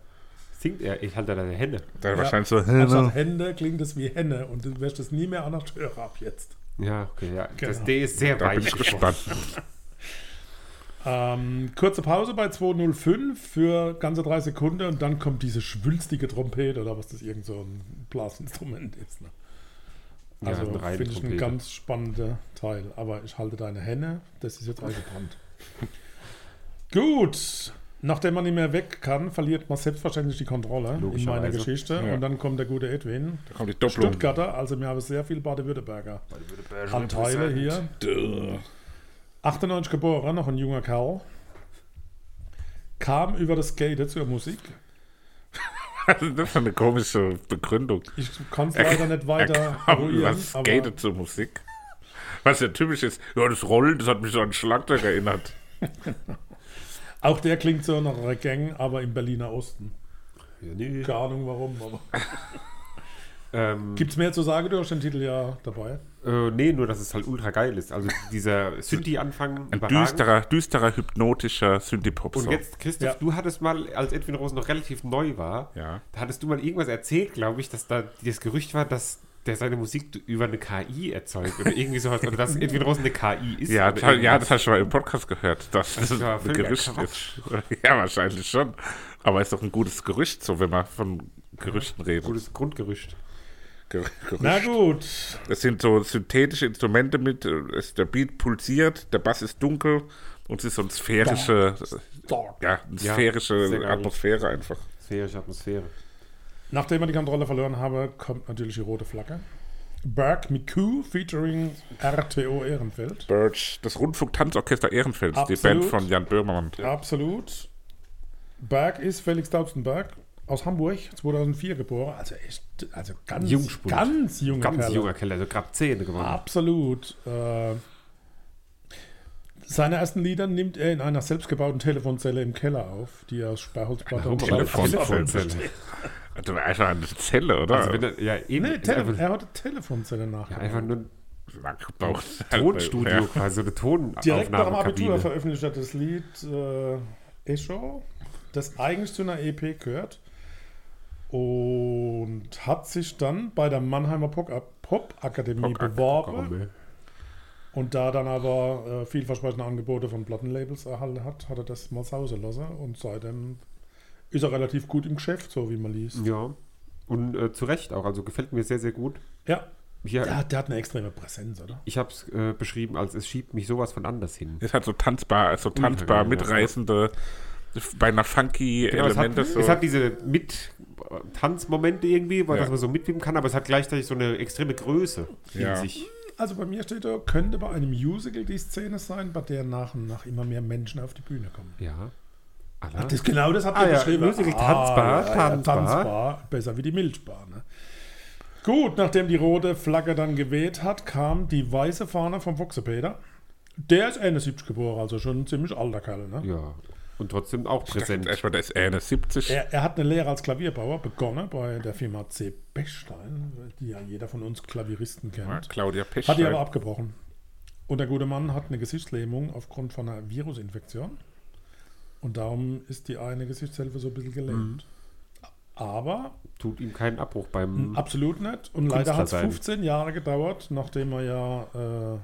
[SPEAKER 3] Singt er, ich halte deine Hände.
[SPEAKER 1] Da
[SPEAKER 2] Ja. Also,
[SPEAKER 1] wahrscheinlich so.
[SPEAKER 3] genau.
[SPEAKER 2] Anstatt Hände klingt es wie Henne und du wirst es nie mehr anders hören ab jetzt.
[SPEAKER 3] Ja, okay, ja.
[SPEAKER 2] Genau.
[SPEAKER 3] Das D ist sehr
[SPEAKER 1] Da bin
[SPEAKER 3] weich
[SPEAKER 1] ich
[SPEAKER 3] gesprochen.
[SPEAKER 1] gespannt.
[SPEAKER 2] Ähm, kurze Pause bei 2.05 für ganze drei Sekunden und dann kommt diese schwülstige Trompete oder was das irgend so ein Blasinstrument ist. Ne?
[SPEAKER 3] Ja,
[SPEAKER 2] Also
[SPEAKER 3] eine reine
[SPEAKER 2] finde ich ein
[SPEAKER 3] Trompete.
[SPEAKER 2] ganz spannender Teil. Aber ich halte deine Henne, das ist jetzt eingebrannt. Gut, nachdem man nicht mehr weg kann, verliert man selbstverständlich die Kontrolle in
[SPEAKER 3] Logischerweise.
[SPEAKER 2] meiner Geschichte.
[SPEAKER 1] Ja.
[SPEAKER 2] Und dann kommt der gute Edwin.
[SPEAKER 1] Da kommt die Doppelung.
[SPEAKER 2] Stuttgarter, also wir haben sehr viel Baden-Württemberger Anteile hier.
[SPEAKER 1] Duh.
[SPEAKER 2] 98 geboren, noch ein junger Kerl. kam über das Skate zur Musik.
[SPEAKER 1] Also das ist eine komische Begründung.
[SPEAKER 2] Ich kann es leider nicht weiter eruieren,
[SPEAKER 1] Was skatet zur Musik? Was ja typisch ist. Ja, das Rollen, das hat mich so an Schlagzeug erinnert.
[SPEAKER 2] Auch der klingt so nach einer Gang, aber im Berliner Osten.
[SPEAKER 3] Ja, nee.
[SPEAKER 2] Keine Ahnung warum, aber.
[SPEAKER 3] Ähm,
[SPEAKER 2] Gibt's mehr zu sagen? Du hast den Titel ja dabei.
[SPEAKER 3] äh, nee, nur dass es halt ultra geil ist. Also dieser Synthi-Anfang
[SPEAKER 1] Ein
[SPEAKER 3] überragend.
[SPEAKER 1] düsterer, düsterer, hypnotischer
[SPEAKER 3] Und
[SPEAKER 1] Synthie-Pop-Song.
[SPEAKER 3] jetzt, Christoph,
[SPEAKER 2] Ja.
[SPEAKER 3] du hattest mal, als Edwin Rosen noch relativ neu war,
[SPEAKER 1] Ja.
[SPEAKER 3] da hattest du mal irgendwas erzählt, glaube ich, dass da das Gerücht war, dass der seine Musik über eine KI erzeugt oder irgendwie sowas. Oder dass Edwin Rosen eine KI ist.
[SPEAKER 1] Ja,
[SPEAKER 3] oder
[SPEAKER 1] das, hab- ja,
[SPEAKER 3] irgendwas.
[SPEAKER 1] das hast du schon mal im Podcast gehört, dass das,
[SPEAKER 3] war
[SPEAKER 1] ein
[SPEAKER 3] völliger
[SPEAKER 1] Gerücht
[SPEAKER 3] Quatsch.
[SPEAKER 1] ist. Ja, wahrscheinlich schon. Aber ist doch ein gutes Gerücht, so wenn man von Gerüchten redet.
[SPEAKER 3] Gutes Grundgerücht.
[SPEAKER 1] Ger Gerücht.
[SPEAKER 2] Na gut.
[SPEAKER 1] Das sind so synthetische Instrumente mit, äh, es, der Beat pulsiert, der Bass ist dunkel und es ist so eine sphärische,
[SPEAKER 2] Stark.
[SPEAKER 1] ja, eine
[SPEAKER 3] Ja, sehr
[SPEAKER 1] sphärische
[SPEAKER 3] geil.
[SPEAKER 1] Atmosphäre einfach.
[SPEAKER 3] Sphärische Atmosphäre.
[SPEAKER 2] Nachdem wir die Kontrolle verloren haben, kommt natürlich die rote Flagge. Berg mit Q featuring RTO Ehrenfeld.
[SPEAKER 1] Birch, das Rundfunk-Tanzorchester Ehrenfels, die
[SPEAKER 2] Absolut.
[SPEAKER 1] Band von Jan Böhmermann.
[SPEAKER 2] Absolut. Berg ist Felix Daubstenberg aus Hamburg, 2004 geboren. Also echt, also ganz,
[SPEAKER 3] Jungspund.
[SPEAKER 2] ganz junger
[SPEAKER 3] Ganz
[SPEAKER 2] Kerl.
[SPEAKER 3] junger Keller, also gerade Zähne gewonnen.
[SPEAKER 2] Absolut. Äh, seine ersten Lieder nimmt er in einer selbstgebauten Telefonzelle im Keller auf, die er aus Sperrholzplatte und
[SPEAKER 1] Telefon-
[SPEAKER 3] Telefonzelle.
[SPEAKER 1] Das war Also, einfach eine Zelle, oder?
[SPEAKER 3] Also wenn er, ja, eben,
[SPEAKER 2] Nee,
[SPEAKER 3] ist einfach,
[SPEAKER 2] Tele er hat eine Telefonzelle
[SPEAKER 3] ja,
[SPEAKER 2] nachgebaut.
[SPEAKER 3] einfach nur ein
[SPEAKER 1] Nachgebaut.
[SPEAKER 3] Tonstudio
[SPEAKER 1] Ja.
[SPEAKER 3] quasi, so eine
[SPEAKER 2] Direkt nach dem Abitur
[SPEAKER 3] Tonaufnahmekabine.
[SPEAKER 2] veröffentlicht er das Lied äh, Echo, das eigentlich zu einer EP gehört. Und hat sich dann bei der Mannheimer Pop- Pop-Akademie
[SPEAKER 1] Pop-Ak-
[SPEAKER 2] beworben. Und da dann aber äh, vielversprechende Angebote von Plattenlabels erhalten hat, hat er das mal sausen lassen. Und seitdem ist er relativ gut im Geschäft, so wie man liest.
[SPEAKER 3] Ja, und äh, zu Recht auch, also gefällt mir sehr, sehr gut.
[SPEAKER 2] Ja,
[SPEAKER 3] Hier,
[SPEAKER 2] der, hat- der hat eine extreme Präsenz, oder?
[SPEAKER 3] Ich habe es äh, beschrieben als es schiebt mich sowas von anders hin.
[SPEAKER 1] Es hat so tanzbar, also tanzbar,
[SPEAKER 3] Untergegangen,
[SPEAKER 1] mitreißende, beinahe funky
[SPEAKER 3] Genau, es, hat,
[SPEAKER 1] Elemente. so.
[SPEAKER 3] es hat diese mit äh, Tanzmomente irgendwie, weil
[SPEAKER 1] Ja.
[SPEAKER 3] dass man so mitweben kann, aber es hat gleichzeitig so eine extreme Größe
[SPEAKER 1] Ja.
[SPEAKER 3] in sich.
[SPEAKER 2] Also bei mir steht da, könnte bei einem Musical die Szene sein, bei der nach und nach immer mehr Menschen auf die Bühne kommen.
[SPEAKER 3] Ja. Alla.
[SPEAKER 2] Das, genau das habt
[SPEAKER 3] Ah,
[SPEAKER 2] ihr
[SPEAKER 3] ja,
[SPEAKER 2] beschrieben.
[SPEAKER 3] Musical tanzbar, tanzbar.
[SPEAKER 2] tanzbar. Besser wie die Milchbar. Ne? Gut, nachdem die rote Flagge dann geweht hat, kam die weiße Fahne vom Foxepeter. Der ist 71 geboren, also schon ein ziemlich alter Kerl. Ne?
[SPEAKER 3] ja. Und trotzdem auch präsent.
[SPEAKER 1] Erstmal, da ist eine 70.
[SPEAKER 2] Er, er hat eine Lehre als Klavierbauer begonnen bei der Firma C. Bechstein, die ja jeder von uns Klavieristen
[SPEAKER 1] Ja,
[SPEAKER 2] kennt.
[SPEAKER 1] Claudia halt. Pech.
[SPEAKER 2] Hat die aber abgebrochen. Und der gute Mann hat eine Gesichtslähmung aufgrund von einer Virusinfektion. Und darum ist die eine Gesichtshälfte so ein bisschen gelähmt.
[SPEAKER 3] Mhm.
[SPEAKER 2] Aber
[SPEAKER 3] Tut ihm keinen Abbruch beim.
[SPEAKER 2] Absolut nicht. Und leider hat es
[SPEAKER 3] sein.
[SPEAKER 2] 15 Jahre gedauert, nachdem er ja äh,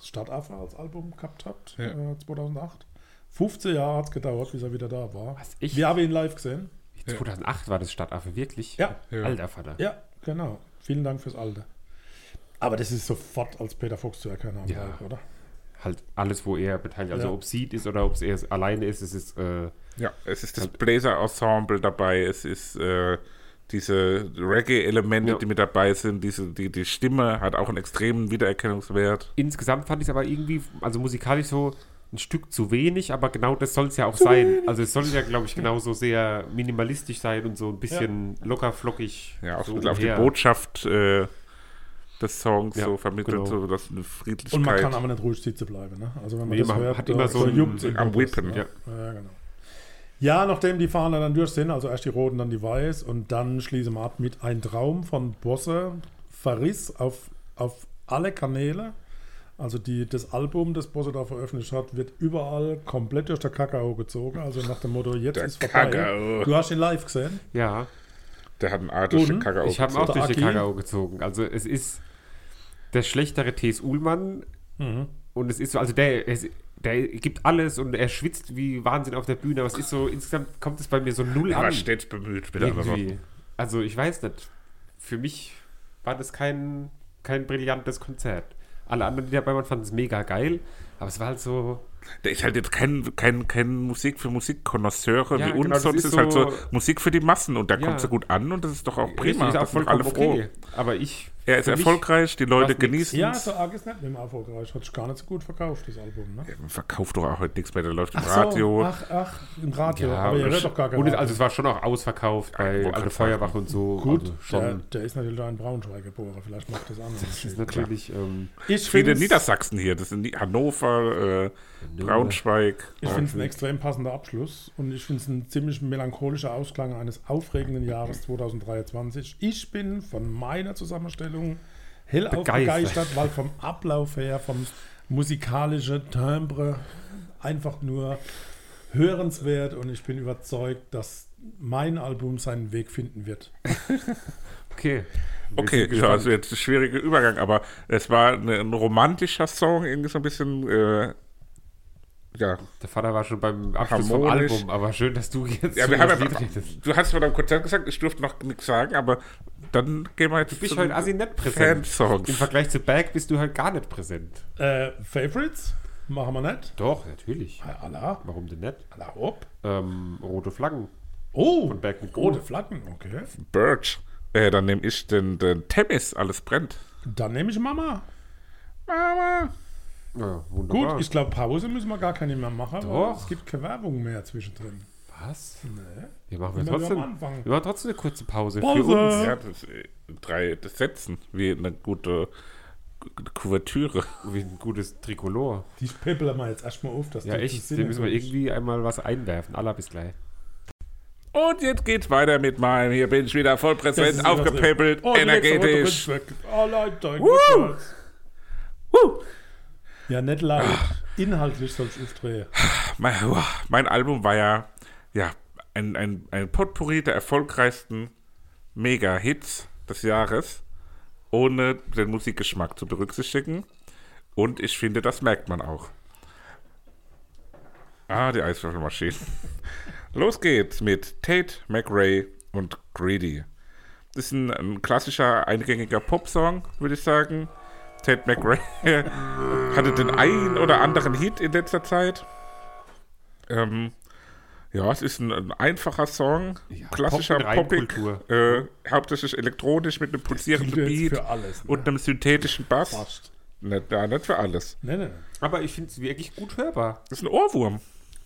[SPEAKER 2] Stadtaffe als Album gehabt hat,
[SPEAKER 1] Ja.
[SPEAKER 2] äh, 2008. 15 Jahre hat es gedauert, bis er wieder da war.
[SPEAKER 3] Was, echt?
[SPEAKER 2] Wir haben ihn live gesehen.
[SPEAKER 3] 2008 war das Stadtaffe, wirklich?
[SPEAKER 2] Ja.
[SPEAKER 1] Ja.
[SPEAKER 3] Alter Vater.
[SPEAKER 2] Ja, genau. Vielen Dank fürs Alter. Aber das ist sofort als Peter Fuchs zu erkennen, am
[SPEAKER 3] Ja.
[SPEAKER 2] Werk, oder?
[SPEAKER 3] Halt alles, wo er beteiligt Also
[SPEAKER 2] Ja.
[SPEAKER 3] ob Seed ist oder ob es er alleine ist, es ist. Äh,
[SPEAKER 1] Ja, es ist das Bläser-Ensemble dabei, es ist äh, diese Reggae-Elemente,
[SPEAKER 3] Ja.
[SPEAKER 1] die mit dabei sind, diese, die, die Stimme hat auch einen extremen Wiedererkennungswert.
[SPEAKER 3] insgesamt fand ich es aber irgendwie, also musikalisch so ein Stück zu wenig, aber genau das soll es ja auch sein. Also es soll ja, glaube ich, genau so sehr minimalistisch sein und so ein bisschen locker flockig.
[SPEAKER 1] Ja, auch
[SPEAKER 3] so
[SPEAKER 1] ein bisschen auf die
[SPEAKER 3] umher.
[SPEAKER 1] Botschaft äh, des Songs
[SPEAKER 3] Ja,
[SPEAKER 1] so vermittelt,
[SPEAKER 3] genau.
[SPEAKER 1] so dass eine
[SPEAKER 2] Und man
[SPEAKER 1] Friedlichkeit.
[SPEAKER 2] kann aber nicht ruhig sitzen bleiben. Ne? Also wenn man
[SPEAKER 3] Nee,
[SPEAKER 2] das
[SPEAKER 3] man
[SPEAKER 2] hört,
[SPEAKER 3] hat immer
[SPEAKER 2] äh,
[SPEAKER 3] so ein-
[SPEAKER 2] juckt's im
[SPEAKER 1] am
[SPEAKER 2] Bauch,
[SPEAKER 1] Whippen,
[SPEAKER 2] ne? Ja, genau. Ja, nachdem die Fahnen dann durch sind, also erst die roten, dann die weiß und dann schließen wir ab mit Ein Traum von Bosse, Verriss auf, auf alle Kanäle. Also die, das Album, das Bosse da veröffentlicht hat, wird überall komplett durch der Kakao gezogen. Also nach dem Motto, jetzt
[SPEAKER 1] Der
[SPEAKER 2] ist vorbei.
[SPEAKER 1] Kakao.
[SPEAKER 2] Du hast ihn live gesehen.
[SPEAKER 3] Ja,
[SPEAKER 1] der hat einen artischen
[SPEAKER 2] Und
[SPEAKER 1] Kacke
[SPEAKER 3] ich habe auch
[SPEAKER 2] Der
[SPEAKER 3] durch den
[SPEAKER 2] Aki.
[SPEAKER 3] Kakao gezogen. Also es ist der schlechtere T.S. Uhlmann und es ist so, also der, es, der gibt alles und er schwitzt wie Wahnsinn auf der Bühne, aber es ist so, insgesamt kommt es bei mir so null
[SPEAKER 1] Er
[SPEAKER 3] an.
[SPEAKER 1] war stets bemüht mit anderen Worten.
[SPEAKER 3] Irgendwie. Also ich weiß nicht. Für mich war das kein, kein brillantes Konzert. Alle anderen, die dabei waren, fanden es mega geil. Aber es war halt so.
[SPEAKER 1] Der ist halt jetzt kein, kein, kein Musik für Musikkonnoisseure
[SPEAKER 3] Ja,
[SPEAKER 1] wie uns,
[SPEAKER 3] genau, das
[SPEAKER 1] sonst
[SPEAKER 3] ist
[SPEAKER 1] ist, halt so
[SPEAKER 3] so-
[SPEAKER 1] Musik für die Massen und da
[SPEAKER 3] Ja.
[SPEAKER 1] kommt sie gut an und das ist doch auch
[SPEAKER 3] Richtig,
[SPEAKER 1] prima,
[SPEAKER 3] ist auch
[SPEAKER 1] das sind doch
[SPEAKER 3] vollkommen
[SPEAKER 1] alle froh.
[SPEAKER 3] okay. Aber ich
[SPEAKER 1] Er ist
[SPEAKER 3] Für mich
[SPEAKER 1] erfolgreich, die Leute
[SPEAKER 3] war's nix.
[SPEAKER 1] genießen
[SPEAKER 2] Ja, so arg ist nicht mit dem erfolgreich. Hat sich gar nicht so gut verkauft, das Album. Ne?
[SPEAKER 1] Verkauft doch auch heute nichts mehr, der läuft im Radio.
[SPEAKER 2] So, ach, ach, im Radio.
[SPEAKER 3] Ja,
[SPEAKER 2] aber ihr
[SPEAKER 3] und-
[SPEAKER 2] hört doch gar keinen.
[SPEAKER 3] und es- also es war schon auch ausverkauft
[SPEAKER 1] Ja,
[SPEAKER 3] bei
[SPEAKER 1] wollte
[SPEAKER 3] Alte
[SPEAKER 1] grad sagen.
[SPEAKER 3] Feuerwache und so.
[SPEAKER 2] Gut,
[SPEAKER 3] also
[SPEAKER 2] der,
[SPEAKER 3] schon.
[SPEAKER 2] der ist natürlich auch in Braunschweig geboren. Vielleicht macht das
[SPEAKER 3] Das ist
[SPEAKER 2] anders.
[SPEAKER 3] natürlich. Ähm,
[SPEAKER 2] Ich
[SPEAKER 1] Viele
[SPEAKER 2] finde es
[SPEAKER 1] Niedersachsen hier, das sind die Hannover, äh, Braunschweig. Äh,
[SPEAKER 2] ich find's ein extrem passender Abschluss und ich finde es ein ziemlich melancholischer Ausklang eines aufregenden Jahres 2023. Ich bin von meiner Zusammenstellung hellauf
[SPEAKER 3] Begeistert.
[SPEAKER 2] begeistert, weil vom Ablauf her, vom musikalischen Timbre einfach nur hörenswert und ich bin überzeugt, dass mein Album seinen Weg finden wird.
[SPEAKER 3] okay. Wir
[SPEAKER 1] Okay,
[SPEAKER 3] sind
[SPEAKER 1] ja,
[SPEAKER 3] gespannt.
[SPEAKER 1] also jetzt ein schwieriger Übergang, aber es war eine, ein romantischer Song, irgendwie so ein bisschen, äh, ja.
[SPEAKER 3] Der Vater war schon beim Abschluss
[SPEAKER 1] Harmonisch.
[SPEAKER 3] vom Album, aber schön, dass du jetzt
[SPEAKER 1] ja
[SPEAKER 3] über
[SPEAKER 1] wir haben
[SPEAKER 3] das
[SPEAKER 1] ja-
[SPEAKER 3] Lied redest.
[SPEAKER 1] du hast von deinem Konzert gesagt, ich durfte noch nichts sagen, aber dann gehen wir jetzt
[SPEAKER 3] Du bist
[SPEAKER 1] zu den
[SPEAKER 3] heute assi nicht präsent. Im
[SPEAKER 1] Fansongs.
[SPEAKER 3] Vergleich zu Bag bist du halt gar nicht präsent.
[SPEAKER 2] Äh, Favorites? Machen wir nicht.
[SPEAKER 3] Doch, natürlich.
[SPEAKER 2] Bei Allah.
[SPEAKER 3] Warum denn nicht?
[SPEAKER 2] Allah ob.
[SPEAKER 3] Ähm, rote Flaggen.
[SPEAKER 2] Oh,
[SPEAKER 3] Und Back mit Kuh.
[SPEAKER 2] rote Flaggen, okay.
[SPEAKER 1] Birch. Äh, dann nehme ich den, den Temis, alles brennt.
[SPEAKER 2] Dann nehme ich Mama.
[SPEAKER 1] Mama.
[SPEAKER 3] Ja,
[SPEAKER 2] Gut,
[SPEAKER 3] wunderbar.
[SPEAKER 2] ich glaube, Pause müssen wir gar keine mehr machen, weil
[SPEAKER 3] Doch.
[SPEAKER 2] es gibt keine Werbung mehr zwischendrin.
[SPEAKER 3] Was?
[SPEAKER 2] Nee.
[SPEAKER 3] Wir machen wir
[SPEAKER 2] Ne? Immer wieder
[SPEAKER 3] trotzdem.
[SPEAKER 2] am Anfang.
[SPEAKER 3] Wir machen trotzdem eine kurze Pause.
[SPEAKER 2] Pause.
[SPEAKER 3] Für uns.
[SPEAKER 1] Ja, das, äh, drei Sätzen, wie eine gute K- Kuvertüre.
[SPEAKER 3] Wie ein gutes Trikolor.
[SPEAKER 2] Die pippeln wir jetzt erstmal auf, dass
[SPEAKER 3] Ja,
[SPEAKER 2] die
[SPEAKER 3] echt.
[SPEAKER 2] Sinn
[SPEAKER 3] Da müssen wir
[SPEAKER 2] kommt.
[SPEAKER 3] irgendwie einmal was einwerfen. Allah, bis gleich.
[SPEAKER 1] Und jetzt geht's weiter mit meinem. Hier bin ich wieder voll
[SPEAKER 2] Das
[SPEAKER 1] präsent,
[SPEAKER 2] ist
[SPEAKER 1] aufgepäppelt,
[SPEAKER 2] oh, energetisch.
[SPEAKER 1] energetisch.
[SPEAKER 2] Oh, Leute,
[SPEAKER 1] Woo!
[SPEAKER 2] gut
[SPEAKER 1] Huh.
[SPEAKER 2] Ja, nicht laut. Inhaltlich soll ich aufdrehen.
[SPEAKER 1] Mein, uah, mein Album war ja, ja ein, ein, ein Potpourri der erfolgreichsten Mega-Hits des Jahres, ohne den Musikgeschmack zu berücksichtigen. Und ich finde, das merkt man auch. Ah, die Eiswürfelmaschine. Los geht's mit Tate, McRae und Greedy. Das ist ein, ein klassischer, eingängiger Popsong, würde ich sagen. Tate McRae hatte den einen oder anderen Hit in letzter Zeit. Ähm, ja, es ist ein, ein einfacher Song, klassischer
[SPEAKER 3] Pop- und
[SPEAKER 1] Poppig,
[SPEAKER 3] Reinkultur.
[SPEAKER 1] äh, hauptsächlich elektronisch mit einem pulsierenden
[SPEAKER 2] Gilt jetzt
[SPEAKER 1] Beat
[SPEAKER 2] für alles. Ne?
[SPEAKER 1] und einem synthetischen Bass.
[SPEAKER 2] Fast.
[SPEAKER 1] Ne, da nicht für alles.
[SPEAKER 2] Nee, nee, nee.
[SPEAKER 3] Aber ich finde es wirklich gut hörbar.
[SPEAKER 1] Das ist ein Ohrwurm.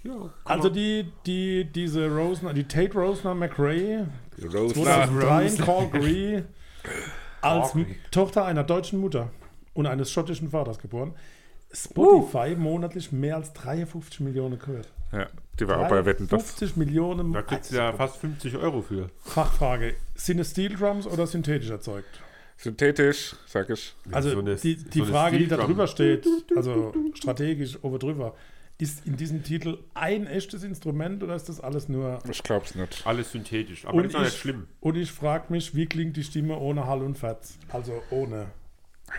[SPEAKER 3] Ja, komm
[SPEAKER 2] Also
[SPEAKER 3] mal.
[SPEAKER 2] die, die, diese Rosner, die Tate Rosner McRae,
[SPEAKER 1] Rosner.
[SPEAKER 2] 2003 in Calgary als
[SPEAKER 3] Calgary.
[SPEAKER 2] Tochter einer deutschen Mutter und eines schottischen Vaters geboren.
[SPEAKER 3] Uh.
[SPEAKER 2] Spotify monatlich mehr als 53 Millionen gehört.
[SPEAKER 1] Ja, die war auch bei Wetten, das.
[SPEAKER 2] 50 Millionen.
[SPEAKER 3] Da kriegst du ja
[SPEAKER 2] Also,
[SPEAKER 3] fast 50 Euro für.
[SPEAKER 2] Fachfrage: Sind es Steel Drums oder synthetisch erzeugt?
[SPEAKER 1] Synthetisch, sag ich.
[SPEAKER 2] Also
[SPEAKER 3] so eine-
[SPEAKER 2] die, die
[SPEAKER 3] so eine
[SPEAKER 2] Frage, die da
[SPEAKER 3] Steel-Drum.
[SPEAKER 2] drüber steht, also strategisch oben drüber, ist in diesem Titel ein echtes Instrument oder ist das alles nur.
[SPEAKER 1] Ich glaub's nicht.
[SPEAKER 3] Alles synthetisch. Aber das
[SPEAKER 2] Und
[SPEAKER 3] ist auch nicht
[SPEAKER 2] ich,
[SPEAKER 3] schlimm.
[SPEAKER 2] und ich frage mich, wie klingt die Stimme ohne Hall und Fetz? Also ohne.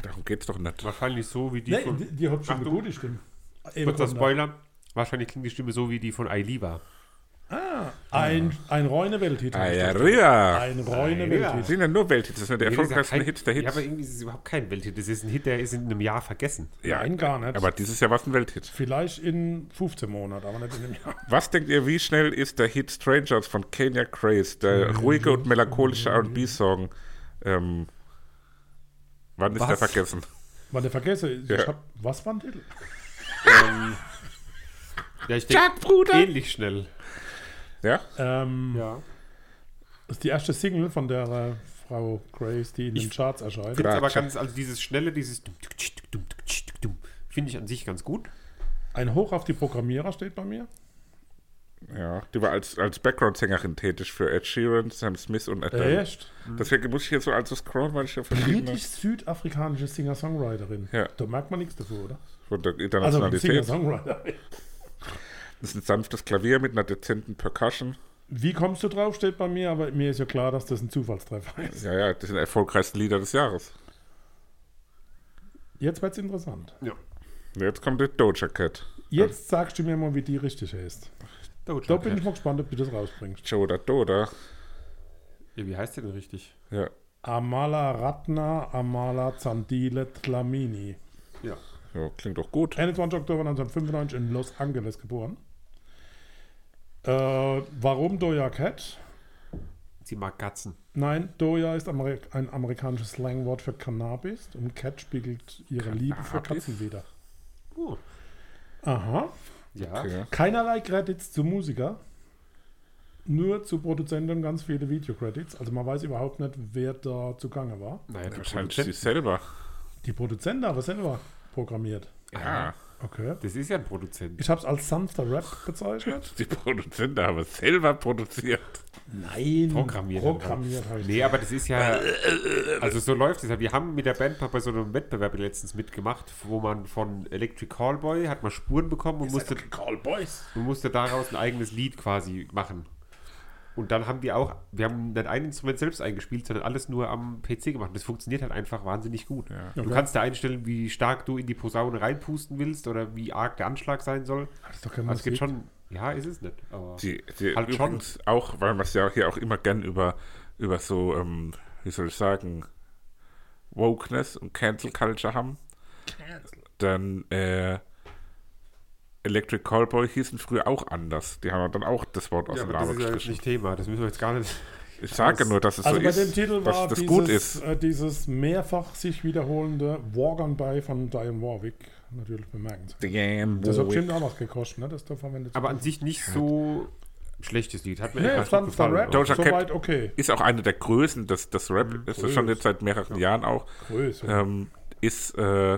[SPEAKER 1] Darum geht's doch nicht.
[SPEAKER 3] Wahrscheinlich so wie die
[SPEAKER 2] Nee,
[SPEAKER 3] von.
[SPEAKER 2] die, die hat schon eine
[SPEAKER 3] Achtung.
[SPEAKER 2] gute Stimme. Eben
[SPEAKER 3] Kurzer
[SPEAKER 2] kommt
[SPEAKER 3] Spoiler. Wahrscheinlich klingt die Stimme so wie die von Ailiva.
[SPEAKER 2] da. Ein, ein reine Welttitel.
[SPEAKER 1] Ah, ja, Ria.
[SPEAKER 2] Ein reine
[SPEAKER 3] Ja.
[SPEAKER 1] Das
[SPEAKER 2] Welttitel.
[SPEAKER 1] sind ja nur Welthits. Das sind die
[SPEAKER 3] Nee, das ist ja
[SPEAKER 1] erfolgreichsten
[SPEAKER 3] kein-
[SPEAKER 1] Hits der
[SPEAKER 3] Ja, aber
[SPEAKER 1] Hits.
[SPEAKER 3] irgendwie ist es überhaupt kein Welthit. Das ist ein Hit, der ist in einem Jahr vergessen.
[SPEAKER 1] Ja,
[SPEAKER 2] Nein, gar nicht.
[SPEAKER 1] aber dieses Jahr war es ein Welthit.
[SPEAKER 2] Vielleicht in 15 Monaten, aber nicht in einem Jahr.
[SPEAKER 1] Was denkt ihr, wie schnell ist der Hit Strangers von Kenya Craze, der ruhige und melancholische RB-Song? Ähm, wann ist
[SPEAKER 3] Was?
[SPEAKER 1] der vergessen?
[SPEAKER 2] Weil der vergesse, ich
[SPEAKER 1] Ja.
[SPEAKER 2] hab, was war ein Titel?
[SPEAKER 3] ähm, ja, ich denke,
[SPEAKER 1] Bruder!
[SPEAKER 3] ähnlich schnell.
[SPEAKER 1] Ja?
[SPEAKER 2] Ähm,
[SPEAKER 3] Ja.
[SPEAKER 2] Das ist die erste Single von der äh, Frau Grace, die in den Charts erscheint.
[SPEAKER 3] Finde aber
[SPEAKER 1] Grazie.
[SPEAKER 3] ganz, also dieses schnelle, dieses dum, tück, tsch, tück, dum, tück, tsch, tück, dum, finde ich an sich ganz gut.
[SPEAKER 2] Ein Hoch auf die Programmierer steht bei mir.
[SPEAKER 1] Ja, die war als, als Background-Sängerin tätig für Ed Sheeran, Sam Smith und Adele.
[SPEAKER 2] Echt?
[SPEAKER 1] Deswegen muss ich hier so also scrollen, weil ich ja verschiedene
[SPEAKER 2] Britisch-südafrikanische Singer-Songwriterin.
[SPEAKER 1] Ja.
[SPEAKER 2] Da merkt man nichts dafür, oder?
[SPEAKER 1] von der
[SPEAKER 2] Also
[SPEAKER 1] Internationalität.
[SPEAKER 2] Singer-Songwriterin.
[SPEAKER 1] das ist ein sanftes Klavier mit einer dezenten Percussion.
[SPEAKER 2] Wie kommst du drauf, steht bei mir, aber mir ist ja klar, dass das ein Zufallstreffer ist.
[SPEAKER 1] Ja, ja, das sind die erfolgreichsten Lieder des Jahres.
[SPEAKER 2] Jetzt wird's interessant.
[SPEAKER 1] Und jetzt kommt der Doja Cat.
[SPEAKER 2] Jetzt sagst du mir mal, wie die richtig heißt.
[SPEAKER 3] Doja
[SPEAKER 2] Da bin
[SPEAKER 3] Cat.
[SPEAKER 2] ich mal gespannt, ob du das rausbringst.
[SPEAKER 1] Joda Doda.
[SPEAKER 3] ja, wie heißt der denn richtig?
[SPEAKER 1] Ja,
[SPEAKER 2] Amala Ratna Amala Zandile Tlamini.
[SPEAKER 3] Ja.
[SPEAKER 1] ja, klingt doch gut.
[SPEAKER 2] 21. Oktober 1995 in Los Angeles geboren. Äh, warum Doja Cat?
[SPEAKER 3] Sie mag Katzen.
[SPEAKER 2] Nein, Doja ist Ameri ein amerikanisches Slangwort für Cannabis und Cat spiegelt ihre Liebe für
[SPEAKER 1] Cannabis?
[SPEAKER 2] Katzen wider.
[SPEAKER 3] Oh,
[SPEAKER 2] Aha.
[SPEAKER 3] ja.
[SPEAKER 1] Okay.
[SPEAKER 2] Keinerlei Credits zu Musiker, nur zu Produzenten und ganz viele Video-Credits. Also man weiß überhaupt nicht, wer da zugange war.
[SPEAKER 3] Naja, die
[SPEAKER 1] Wahrscheinlich sie
[SPEAKER 3] Produzenten.
[SPEAKER 1] selber.
[SPEAKER 2] Die Produzenten aber selber programmiert.
[SPEAKER 1] Ja,
[SPEAKER 2] Okay.
[SPEAKER 3] Das ist ja ein Produzent.
[SPEAKER 2] Ich habe es als sanfter Rap bezeichnet.
[SPEAKER 1] die Produzenten haben es selber produziert.
[SPEAKER 2] Nein.
[SPEAKER 3] Programmiert.
[SPEAKER 2] Programmiert habe ich.
[SPEAKER 3] ne? Nee, aber das ist ja. Also so läuft es ja. Wir haben mit der Band mal bei so einem Wettbewerb letztens mitgemacht, wo man von Electric Callboy hat man Spuren bekommen und musste,
[SPEAKER 1] Call Boys.
[SPEAKER 3] und musste daraus ein eigenes Lied quasi machen. Und dann haben die auch, wir haben nicht ein Instrument selbst eingespielt, sondern alles nur am PC gemacht. Das funktioniert halt einfach wahnsinnig gut.
[SPEAKER 1] Ja.
[SPEAKER 3] Du
[SPEAKER 2] Okay.
[SPEAKER 3] kannst da einstellen, wie stark du in die Posaune reinpusten willst oder wie arg der Anschlag sein soll.
[SPEAKER 2] Das ist doch keine
[SPEAKER 3] Also es geht
[SPEAKER 2] Musik.
[SPEAKER 3] schon, ja, ist es nicht. Aber
[SPEAKER 1] Die, die
[SPEAKER 3] Halt schon.
[SPEAKER 1] übrigens auch, weil man es ja hier auch immer gern über, über so, ähm, wie soll ich sagen, Wokeness und Cancel Culture haben. Dann äh, Electric Callboy hießen früher auch anders. Die haben dann auch das Wort aus
[SPEAKER 3] ja,
[SPEAKER 1] dem
[SPEAKER 3] aber
[SPEAKER 1] Namen
[SPEAKER 3] das ist ja jetzt
[SPEAKER 1] gestrichen.
[SPEAKER 3] nicht Thema. Das müssen wir jetzt gar nicht.
[SPEAKER 1] Ich sage
[SPEAKER 3] Das-
[SPEAKER 1] nur, dass es
[SPEAKER 2] Also
[SPEAKER 1] so
[SPEAKER 2] bei
[SPEAKER 1] ist,
[SPEAKER 2] dem Titel
[SPEAKER 1] dass
[SPEAKER 2] war
[SPEAKER 1] das
[SPEAKER 2] dieses,
[SPEAKER 1] gut ist.
[SPEAKER 2] Äh, dieses mehrfach sich wiederholende Walk on By von Diane Warwick natürlich bemerkenswert.
[SPEAKER 1] Damn,
[SPEAKER 2] Das hat
[SPEAKER 1] Warwick.
[SPEAKER 2] bestimmt auch was gekostet, ne? Das da verwendet.
[SPEAKER 3] Aber an sich nicht so ein schlechtes Lied. Hat mir
[SPEAKER 2] nee,
[SPEAKER 3] echt ganz gut
[SPEAKER 2] sanfter Rap,
[SPEAKER 3] gefallen.
[SPEAKER 1] Doja Cat-
[SPEAKER 2] soweit okay.
[SPEAKER 1] ist auch eine der Größen des, des Rap,
[SPEAKER 3] Mhm.
[SPEAKER 1] ist das schon jetzt seit mehreren Jahren auch,
[SPEAKER 2] Größe.
[SPEAKER 1] ähm, ist äh,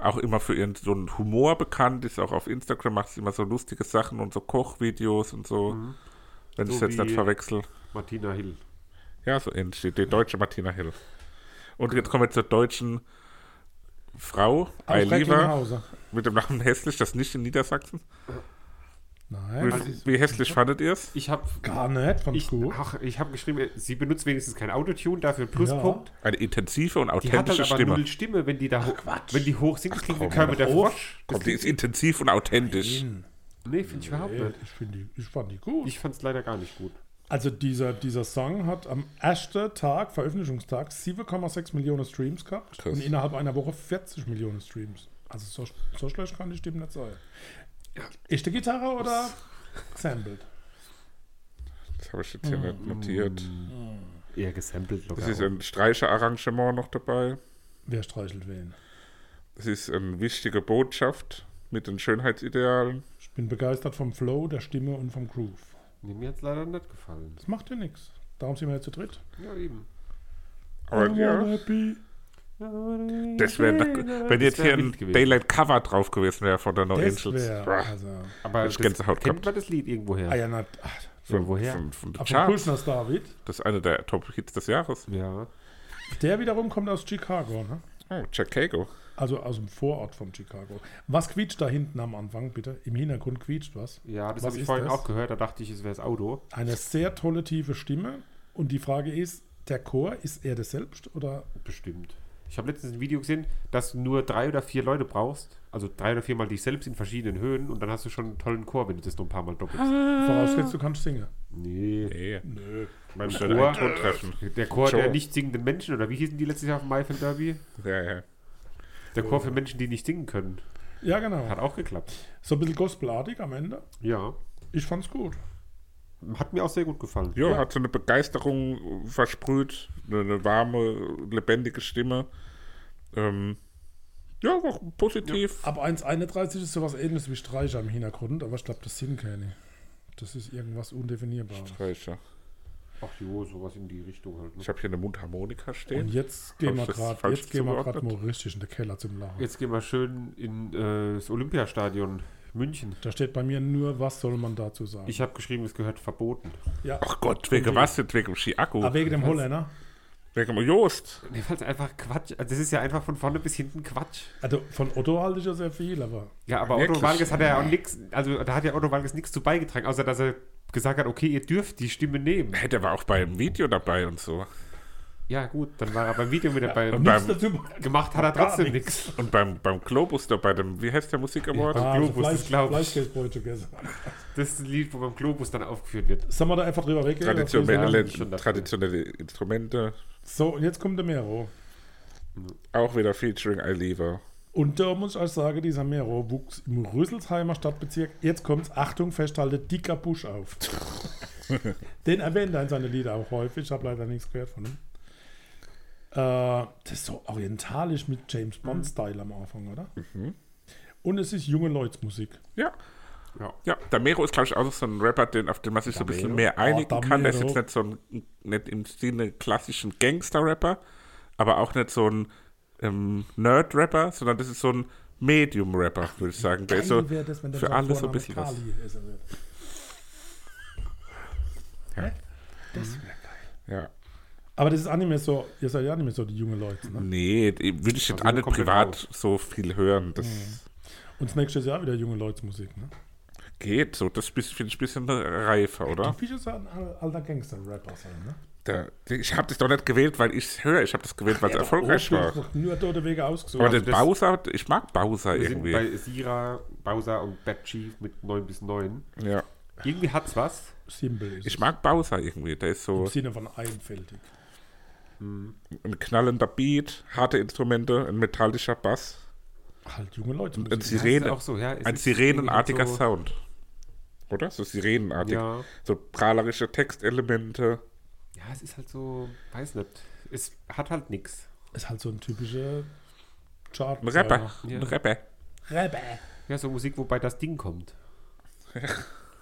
[SPEAKER 1] auch immer für ihren so einen Humor bekannt, ist auch auf Instagram, macht sie immer so lustige Sachen und so Kochvideos und so, wenn ich
[SPEAKER 3] Mhm. So
[SPEAKER 1] es jetzt nicht
[SPEAKER 3] wie-
[SPEAKER 1] verwechsel.
[SPEAKER 3] Martina Hill.
[SPEAKER 1] Ja, so ähnlich, die, die deutsche Martina Hill. Und jetzt kommen wir zur deutschen Frau,
[SPEAKER 3] genau.
[SPEAKER 1] Eiliva,
[SPEAKER 2] Recklinghausen.
[SPEAKER 1] mit dem Namen Hässlich, das nicht in Niedersachsen. Wie,
[SPEAKER 2] Nein,
[SPEAKER 1] wie hässlich fandet ihr es?
[SPEAKER 3] Ich habe
[SPEAKER 2] gar nicht, fand ich
[SPEAKER 3] ich,
[SPEAKER 2] gut.
[SPEAKER 3] ach, ich hab geschrieben, sie benutzt wenigstens kein Autotune, dafür einen Pluspunkt.
[SPEAKER 1] Eine intensive und
[SPEAKER 3] Die hat halt
[SPEAKER 1] authentische
[SPEAKER 3] aber
[SPEAKER 1] Stimme.
[SPEAKER 3] null Stimme, wenn die da
[SPEAKER 2] Quatsch.
[SPEAKER 3] wenn die hoch singt, das klingt wie
[SPEAKER 1] komm,
[SPEAKER 3] Körper der
[SPEAKER 1] auf.
[SPEAKER 3] Frosch. Das
[SPEAKER 1] Komm, die
[SPEAKER 3] klingt,
[SPEAKER 1] ist intensiv und authentisch.
[SPEAKER 3] nee, finde ich überhaupt
[SPEAKER 2] Nee,
[SPEAKER 3] nicht.
[SPEAKER 2] ich, find die, ich fand die gut.
[SPEAKER 3] Ich fand es leider gar nicht gut.
[SPEAKER 2] also dieser, dieser Song hat am ersten Tag, Veröffentlichungstag, 7,6 Millionen Streams gehabt
[SPEAKER 1] Krass.
[SPEAKER 2] und innerhalb einer Woche 40 Millionen Streams. Also so, so schlecht kann die Stimme nicht sein. Echte Gitarre oder sampled?
[SPEAKER 1] Das habe ich jetzt hier
[SPEAKER 3] Mm.
[SPEAKER 1] nicht notiert.
[SPEAKER 3] Eher gesampelt
[SPEAKER 1] Es
[SPEAKER 3] locker.
[SPEAKER 1] ist ein Streicherarrangement noch dabei.
[SPEAKER 2] Wer streichelt wen?
[SPEAKER 1] Es ist eine wichtige Botschaft mit den Schönheitsidealen.
[SPEAKER 2] Ich bin begeistert vom Flow, der Stimme und vom Groove.
[SPEAKER 3] Nee, mir hat es leider nicht gefallen.
[SPEAKER 2] Das macht ja nichts. Darum sind wir ja zu dritt.
[SPEAKER 3] Ja, eben.
[SPEAKER 1] Aber
[SPEAKER 2] I
[SPEAKER 1] ja,
[SPEAKER 2] wanna be-
[SPEAKER 1] das wäre, wenn jetzt
[SPEAKER 3] wär
[SPEAKER 1] hier ein
[SPEAKER 3] wild gewesen.
[SPEAKER 1] Daylight Cover drauf gewesen wäre von der No
[SPEAKER 2] Das
[SPEAKER 1] Oh, Angels.
[SPEAKER 2] wär,
[SPEAKER 1] Boah,
[SPEAKER 2] also,
[SPEAKER 3] Aber
[SPEAKER 1] Hätte ich
[SPEAKER 3] das
[SPEAKER 1] Gänsehaut
[SPEAKER 3] kennt
[SPEAKER 1] gehabt.
[SPEAKER 3] man das Lied irgendwoher?
[SPEAKER 2] ah ja, na, ach,
[SPEAKER 3] Von woher?
[SPEAKER 1] Von, von den
[SPEAKER 2] auf den
[SPEAKER 1] Charts.
[SPEAKER 2] Kultners David.
[SPEAKER 1] Das ist einer der Top-Hits des Jahres.
[SPEAKER 3] Ja.
[SPEAKER 2] Der wiederum kommt aus Chicago, ne?
[SPEAKER 1] Oh, Chicago.
[SPEAKER 2] Also aus dem Vorort von Chicago. Was quietscht da hinten am Anfang, bitte? Im Hintergrund quietscht was.
[SPEAKER 3] Ja, das
[SPEAKER 2] Was
[SPEAKER 3] habe ich
[SPEAKER 2] ist
[SPEAKER 3] vorhin
[SPEAKER 2] das?
[SPEAKER 3] auch gehört, da dachte ich, es wäre das Auto.
[SPEAKER 2] Eine sehr tolle, tiefe Stimme. Und die Frage ist, der Chor, ist er das selbst oder
[SPEAKER 3] Bestimmt. Ich habe letztens ein Video gesehen, dass du nur drei oder vier Leute brauchst. Also drei oder viermal dich selbst in verschiedenen Höhen und dann hast du schon einen tollen Chor, wenn du das nur ein paar Mal doppelst.
[SPEAKER 2] Ah. vorausgesetzt, du kannst singen?
[SPEAKER 3] Nee.
[SPEAKER 1] Nee.
[SPEAKER 2] Nö.
[SPEAKER 1] Man
[SPEAKER 3] Ein
[SPEAKER 1] soll
[SPEAKER 3] Chor. Äh,
[SPEAKER 1] einen Ton treffen.
[SPEAKER 3] Der Chor
[SPEAKER 1] Joe.
[SPEAKER 3] der nicht singenden Menschen, oder wie hießen die letztes Jahr auf dem Maifeld Derby?
[SPEAKER 1] Ja, ja.
[SPEAKER 3] Der Chor für Menschen, die nicht singen können.
[SPEAKER 2] Ja, genau.
[SPEAKER 3] Hat auch geklappt.
[SPEAKER 2] So ein bisschen gospelartig am Ende.
[SPEAKER 3] Ja.
[SPEAKER 2] Ich fand's gut.
[SPEAKER 3] Hat mir auch sehr gut gefallen.
[SPEAKER 1] Jo, hat so eine Begeisterung versprüht, eine, eine warme, lebendige Stimme. Ähm, ja, war positiv.
[SPEAKER 2] Ab 1,31 ist sowas ähnliches wie Streicher im Hintergrund, aber ich glaube, das sind keine. Das ist irgendwas Undefinierbares.
[SPEAKER 1] Streicher.
[SPEAKER 3] Ach jo, sowas in die Richtung halt. Ne?
[SPEAKER 1] Ich habe hier eine Mundharmonika
[SPEAKER 2] Und
[SPEAKER 1] stehen.
[SPEAKER 2] jetzt gehen wir
[SPEAKER 1] Hab ich das
[SPEAKER 2] gerade,
[SPEAKER 1] falsch
[SPEAKER 2] jetzt gehen wir gerade
[SPEAKER 1] zugeordnet?
[SPEAKER 2] mal richtig in den Keller zum Lachen.
[SPEAKER 3] Jetzt gehen wir schön in äh, das Olympiastadion München.
[SPEAKER 2] Da steht bei mir nur, was soll man dazu sagen?
[SPEAKER 3] Ich habe geschrieben, es gehört verboten.
[SPEAKER 2] ja.
[SPEAKER 1] Ach Gott, wegen was jetzt? Wegen dem Skiaku?
[SPEAKER 2] Aber Ah, wegen dem ne? Holländer.
[SPEAKER 1] Wegen dem Joost?
[SPEAKER 3] Nee, weil es einfach Quatsch. Also das ist ja einfach von vorne bis hinten Quatsch.
[SPEAKER 2] Also von Otto halte ich ja sehr viel, aber
[SPEAKER 3] Ja, aber
[SPEAKER 1] Wirklich?
[SPEAKER 3] Otto Walkes hat ja auch nichts, also da hat ja Otto Walkes nichts zu beigetragen, außer dass er gesagt hat, okay, ihr dürft die Stimme nehmen.
[SPEAKER 1] Hey, der war auch beim Video dabei und so.
[SPEAKER 3] Ja, gut, dann war er beim Video mit dabei.
[SPEAKER 1] und beim-
[SPEAKER 2] dazu.
[SPEAKER 3] Gemacht hat er
[SPEAKER 2] Gar
[SPEAKER 3] trotzdem nichts.
[SPEAKER 1] Und beim, beim Globus da, bei dem, wie heißt der Musik Award?
[SPEAKER 3] Ja.
[SPEAKER 2] Ah, also
[SPEAKER 3] Globus,
[SPEAKER 2] Fleisch,
[SPEAKER 3] das glaub ich.
[SPEAKER 2] Fleischkäsebrötchen gegessen.
[SPEAKER 3] Das ist ein Lied, wo beim Globus dann aufgeführt wird.
[SPEAKER 2] Sollen wir da einfach drüber weggehen?
[SPEAKER 1] Traditionelle,
[SPEAKER 3] Ja, schon dafür.
[SPEAKER 1] traditionelle Instrumente.
[SPEAKER 2] So, und jetzt kommt der Mero.
[SPEAKER 1] Auch wieder featuring Aliva.
[SPEAKER 2] Und da muss ich euch sagen, dieser Mero wuchs im Rüsselsheimer Stadtbezirk. Jetzt kommt's, Achtung, festhalte, dicker Busch auf. Den erwähnt er in seinen Lieder auch häufig. Ich habe leider nichts gehört von ihm. Äh, das ist so orientalisch mit James Bond-Style am Anfang, oder?
[SPEAKER 1] Mhm.
[SPEAKER 2] Und es ist junge Leute-Musik.
[SPEAKER 1] Ja.
[SPEAKER 3] Ja.
[SPEAKER 1] Ja, Damero ist, glaube ich, auch so ein Rapper, den, auf den man sich so ein bisschen mehr einigen
[SPEAKER 2] Oh,
[SPEAKER 1] kann. Der ist
[SPEAKER 2] Damero.
[SPEAKER 1] jetzt nicht so ein, nicht im Sinne klassischen Gangster-Rapper, aber auch nicht so ein ähm, Nerd-Rapper, sondern das ist so ein Medium-Rapper, würde ich sagen. Der ist so
[SPEAKER 2] Geil wär das, wenn der
[SPEAKER 1] für
[SPEAKER 2] sein
[SPEAKER 1] alle so ein
[SPEAKER 2] Vorname
[SPEAKER 1] bisschen was.
[SPEAKER 2] Kali heißen würde.
[SPEAKER 1] Ja.
[SPEAKER 2] Hä? Das wäre geil.
[SPEAKER 1] Ja.
[SPEAKER 2] Aber das ist Anime so, ihr seid ja Anime so die jungen Leute, ne?
[SPEAKER 1] Nee, die würde ich jetzt
[SPEAKER 3] Also
[SPEAKER 1] alle
[SPEAKER 3] komplett
[SPEAKER 1] privat so viel hören. Das
[SPEAKER 2] Mhm. Und das nächste ist ja auch wieder junge Leute Musik, ne?
[SPEAKER 1] geht so. Das bist- finde ich ein bisschen reifer,
[SPEAKER 2] Du
[SPEAKER 1] oder?
[SPEAKER 2] bist ja so ein al- alter Gangster-Rapper sein, ne?
[SPEAKER 1] Da, ich habe das doch nicht gewählt, weil ich es höre. Ich habe das gewählt, weil es erfolgreich
[SPEAKER 2] Oh, du
[SPEAKER 1] war.
[SPEAKER 2] hast doch Nur tote Wege ausgesucht.
[SPEAKER 1] Aber den
[SPEAKER 3] das-
[SPEAKER 1] Bowser, ich mag Bowser
[SPEAKER 3] Wir sind
[SPEAKER 1] irgendwie.
[SPEAKER 3] bei Sira, Bowser und Bad Chief mit 9 bis 9.
[SPEAKER 1] ja.
[SPEAKER 3] Irgendwie hat's was.
[SPEAKER 2] Simple ist
[SPEAKER 1] Ich
[SPEAKER 2] es.
[SPEAKER 1] mag Bowser irgendwie. Der ist
[SPEAKER 2] Im
[SPEAKER 1] so
[SPEAKER 2] Sinne von einfältig.
[SPEAKER 1] ein knallender Beat, harte Instrumente, ein metallischer Bass,
[SPEAKER 2] Halt junge Leute
[SPEAKER 1] ein
[SPEAKER 2] Musik.
[SPEAKER 1] Sirene,
[SPEAKER 3] Auch so, ja, es
[SPEAKER 1] ein
[SPEAKER 3] ist
[SPEAKER 1] sirenenartiger
[SPEAKER 3] irgendwie so-
[SPEAKER 1] Sound. Oder? So sirenenartig.
[SPEAKER 3] Ja.
[SPEAKER 1] So prahlerische Textelemente.
[SPEAKER 3] ja, es ist halt so, weiß nicht. Es hat halt nichts.
[SPEAKER 2] Ist halt so ein typischer Chart.
[SPEAKER 1] Ein Rapper.
[SPEAKER 3] Ja.
[SPEAKER 1] Ein Rapper.
[SPEAKER 2] Rapper.
[SPEAKER 3] Ja, so Musik, wobei das Ding kommt.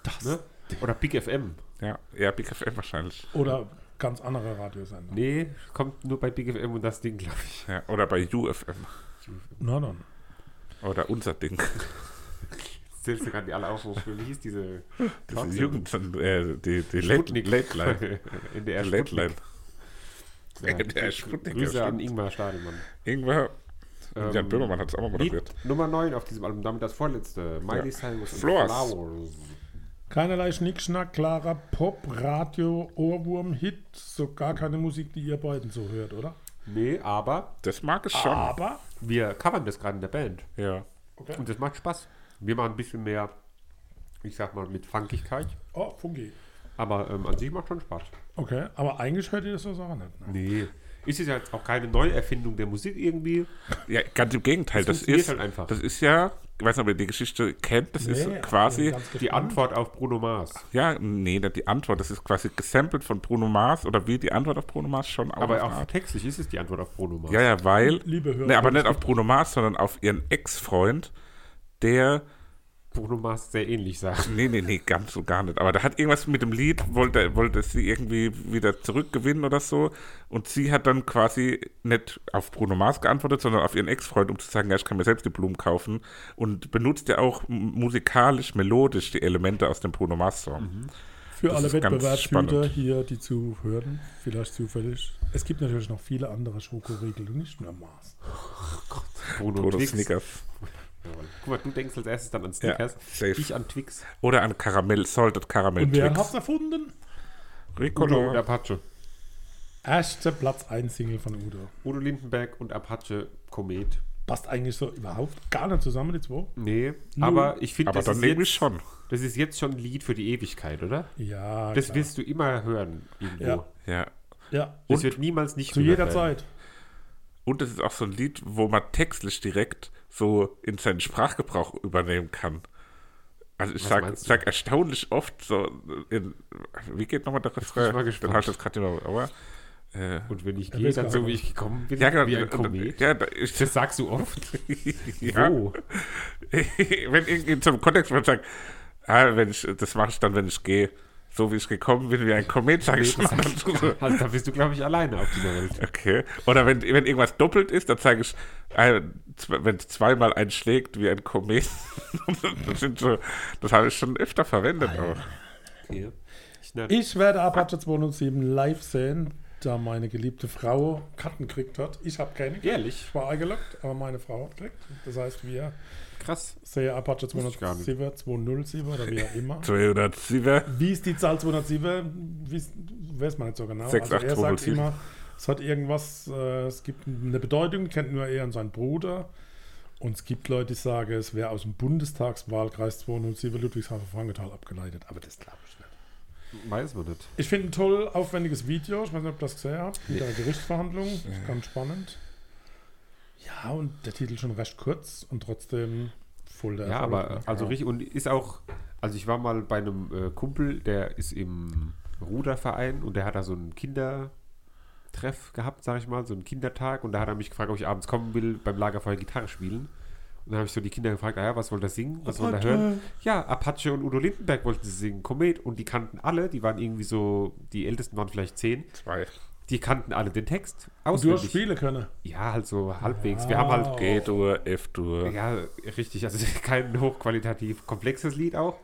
[SPEAKER 2] Das.
[SPEAKER 3] Ne? Oder Big FM.
[SPEAKER 1] Ja, ja, Big FM wahrscheinlich.
[SPEAKER 2] Oder ganz andere Radiosender.
[SPEAKER 3] Nee, kommt nur bei Big FM und das Ding, glaube ich.
[SPEAKER 1] Ja, oder bei UFM.
[SPEAKER 2] Nein, nein.
[SPEAKER 1] Oder unser Ding.
[SPEAKER 3] Zählst du gerade die alle auf, wofür hieß diese
[SPEAKER 1] Das ist
[SPEAKER 3] Talkshow?
[SPEAKER 1] Jugend, äh, die, die Late,
[SPEAKER 3] Sputnik.
[SPEAKER 1] Late Line.
[SPEAKER 3] NDR
[SPEAKER 1] Late Line.
[SPEAKER 3] Ja.
[SPEAKER 1] NDR Sputnik,
[SPEAKER 3] Grüße
[SPEAKER 1] ja,
[SPEAKER 3] an
[SPEAKER 1] stimmt.
[SPEAKER 3] Ingmar Stadelmann.
[SPEAKER 1] Irgendwer,
[SPEAKER 3] Ähm,
[SPEAKER 1] Jan Böhmermann hat es auch mal moderiert.
[SPEAKER 3] Lied Nummer 9 auf diesem Album, damit das vorletzte. Miley
[SPEAKER 1] Ja.
[SPEAKER 3] Cyrus und
[SPEAKER 1] Flowers.
[SPEAKER 3] Flowers.
[SPEAKER 2] Keinerlei Schnickschnack, klarer Pop, Radio, Ohrwurm, Hit, so gar keine Musik, die ihr beiden so hört, oder?
[SPEAKER 3] Nee, aber
[SPEAKER 1] Das mag ich schon.
[SPEAKER 2] Aber
[SPEAKER 3] wir covern das gerade in der Band.
[SPEAKER 1] Ja.
[SPEAKER 3] Und das macht Spaß. Wir machen ein bisschen mehr, ich sag mal, mit Funkigkeit.
[SPEAKER 2] Oh, Fungi.
[SPEAKER 3] Aber ähm, an sich macht schon Spaß.
[SPEAKER 2] Okay, aber eigentlich hört ihr das so auch nicht. Ne?
[SPEAKER 3] Nee. Ist es ja jetzt auch keine Neuerfindung der Musik irgendwie.
[SPEAKER 1] Ja, ganz im Gegenteil. Das,
[SPEAKER 3] Das funktioniert
[SPEAKER 1] ist,
[SPEAKER 3] halt einfach.
[SPEAKER 1] das ist ja, ich weiß nicht, ob ihr die Geschichte kennt, das
[SPEAKER 2] Nee, also
[SPEAKER 1] ist quasi,
[SPEAKER 2] ganz
[SPEAKER 3] Die
[SPEAKER 2] gespannt.
[SPEAKER 3] Antwort auf Bruno Mars.
[SPEAKER 1] ja, nee, nicht die Antwort, das ist quasi gesampelt von Bruno Mars oder wie die Antwort auf Bruno Mars schon auch.
[SPEAKER 3] Aber
[SPEAKER 1] auf eine
[SPEAKER 3] auch
[SPEAKER 1] Art.
[SPEAKER 3] textlich ist es die Antwort auf Bruno Mars.
[SPEAKER 1] Ja, ja, weil.
[SPEAKER 2] Liebe Hörer,
[SPEAKER 1] nee, aber nicht auf Bruno Mars, sondern auf ihren Ex-Freund, der
[SPEAKER 3] Bruno Mars sehr ähnlich sagt.
[SPEAKER 1] Nee, nee, nee, ganz und gar nicht. Aber da hat irgendwas mit dem Lied, wollte, wollte sie irgendwie wieder zurückgewinnen oder so. Und sie hat dann quasi nicht auf Bruno Mars geantwortet, sondern auf ihren Ex-Freund, um zu sagen, ja, ich kann mir selbst die Blumen kaufen. Und benutzt ja auch m- musikalisch, melodisch die Elemente aus dem Bruno Mars-Song.
[SPEAKER 2] Mhm. Für
[SPEAKER 1] Das
[SPEAKER 2] alle
[SPEAKER 1] ist ganz
[SPEAKER 2] Wettbewerbshüter
[SPEAKER 1] spannend.
[SPEAKER 2] hier, die zuhören, vielleicht zufällig. Es gibt natürlich noch viele andere Schokoriegel, nicht nur Mars.
[SPEAKER 3] Bruno,
[SPEAKER 1] Oder
[SPEAKER 3] Twix.
[SPEAKER 1] Oh Snickers.
[SPEAKER 3] Jawohl. Guck mal, du denkst als erstes dann an Snickers,
[SPEAKER 1] safe.
[SPEAKER 3] ich an Twix.
[SPEAKER 1] Oder an Karamell, Salted Caramel
[SPEAKER 2] Und wer hat's
[SPEAKER 1] Twix.
[SPEAKER 2] erfunden?
[SPEAKER 1] Ricola.
[SPEAKER 3] und Apache.
[SPEAKER 2] Erster Platz 1 Single von Udo.
[SPEAKER 3] Udo Lindenberg und Apache Komet.
[SPEAKER 2] Passt eigentlich so überhaupt gar nicht zusammen, die zwei.
[SPEAKER 3] Nee,
[SPEAKER 2] Hm.
[SPEAKER 3] aber ich finde,
[SPEAKER 1] Aber
[SPEAKER 3] das,
[SPEAKER 1] dann
[SPEAKER 3] ist
[SPEAKER 1] nehme
[SPEAKER 3] jetzt-
[SPEAKER 1] ich schon.
[SPEAKER 3] das ist jetzt schon ein Lied für die Ewigkeit, oder?
[SPEAKER 2] Ja,
[SPEAKER 3] Das
[SPEAKER 2] klar.
[SPEAKER 3] wirst du immer hören irgendwo.
[SPEAKER 2] Ja.
[SPEAKER 1] Ja.
[SPEAKER 2] ja.
[SPEAKER 3] Das wird niemals nicht
[SPEAKER 2] Zu
[SPEAKER 3] gehört
[SPEAKER 2] jeder
[SPEAKER 3] werden.
[SPEAKER 2] Zeit.
[SPEAKER 1] Und es ist auch so ein Lied, wo man textlich direkt so in seinen Sprachgebrauch übernehmen kann. Also ich
[SPEAKER 3] Was
[SPEAKER 1] sag,
[SPEAKER 3] meinst du?
[SPEAKER 1] sag erstaunlich oft so, in, wie geht nochmal der Refrain?
[SPEAKER 3] ich mal gespannt.
[SPEAKER 1] Dann hab ich das gerade immer, aber, äh,
[SPEAKER 3] Und wenn ich gehe,
[SPEAKER 2] willst
[SPEAKER 3] dann
[SPEAKER 2] du
[SPEAKER 3] so
[SPEAKER 2] aber-
[SPEAKER 3] wie ich gekommen bin,
[SPEAKER 1] ja, genau.
[SPEAKER 3] wie ein
[SPEAKER 1] und-
[SPEAKER 3] Komet.
[SPEAKER 1] Ja, da, ich,
[SPEAKER 3] Das sagst du oft.
[SPEAKER 1] ja,
[SPEAKER 3] Wo?
[SPEAKER 1] wenn irgendwie in so einem Kontext man sagt, ah, wenn ich, das mache ich dann, wenn ich gehe, so wie ich gekommen bin, wie ein Komet, sage ich mal dazu.
[SPEAKER 3] Also da bist du, glaube ich, alleine auf dieser Welt.
[SPEAKER 1] Okay. Oder wenn, wenn irgendwas doppelt ist, dann zeige ich, äh, zw- wenn zweimal einschlägt wie ein Komet. das sind so, das habe ich schon öfter verwendet. Auch.
[SPEAKER 3] Okay. Ich, na,
[SPEAKER 2] Ich werde Apache 207 live sehen, da meine geliebte Frau Karten gekriegt hat. Ich habe keine. gekriegt.
[SPEAKER 3] ehrlich,
[SPEAKER 2] Ich war eingeloggt, aber meine Frau hat gekriegt. Das heißt, wir
[SPEAKER 3] krass.
[SPEAKER 2] sehen Apache
[SPEAKER 3] Wusste ich gar nicht.
[SPEAKER 2] 207, 207 oder wie auch immer.
[SPEAKER 1] 207.
[SPEAKER 2] Wie ist die Zahl 207? Wie ist, weiß man nicht so genau.
[SPEAKER 1] Sechs, acht,
[SPEAKER 2] also er sagt
[SPEAKER 1] 207.
[SPEAKER 2] immer, es hat irgendwas, äh, es gibt eine Bedeutung, die kennt nur er und sein Bruder. Und es gibt Leute, die sagen, es wäre aus dem Bundestagswahlkreis 207 Ludwigshafen-Frankenthal abgeleitet. Aber das glaube ich nicht.
[SPEAKER 3] Weiß man nicht.
[SPEAKER 2] Ich finde ein toll aufwendiges Video. Ich weiß nicht, ob ihr das gesehen habt. Mit der Gerichtsverhandlung. Ist Ganz spannend. Ja, und der Titel schon recht kurz und trotzdem voll der
[SPEAKER 3] Ja,
[SPEAKER 2] Erfolg,
[SPEAKER 3] aber
[SPEAKER 2] ne?
[SPEAKER 3] also
[SPEAKER 2] Ja.
[SPEAKER 3] richtig und ist auch Also ich war mal bei einem äh, Kumpel, der ist im Ruderverein und der hat da so einen Kindertreff gehabt, sag ich mal, so einen Kindertag und da hat er mich gefragt, ob ich abends kommen will, beim Lagerfeuer Gitarre spielen. Und dann habe ich so die Kinder gefragt, naja, was wollt ihr singen, was wollt ihr
[SPEAKER 2] Apache.
[SPEAKER 3] hören? Ja, Apache und Udo Lindenberg wollten sie singen, Komet und die kannten alle, die waren irgendwie so, die Ältesten waren vielleicht zehn,
[SPEAKER 1] Zwei.
[SPEAKER 3] die kannten alle den
[SPEAKER 2] Du
[SPEAKER 3] Text
[SPEAKER 2] hast Ah.
[SPEAKER 3] auswendig.
[SPEAKER 2] Spiele können.
[SPEAKER 3] Ja, halt so halbwegs. Wir haben
[SPEAKER 2] Oh.
[SPEAKER 3] halt
[SPEAKER 1] G-Dur, F-Dur.
[SPEAKER 3] ja, richtig. Also kein hochqualitativ komplexes Lied auch.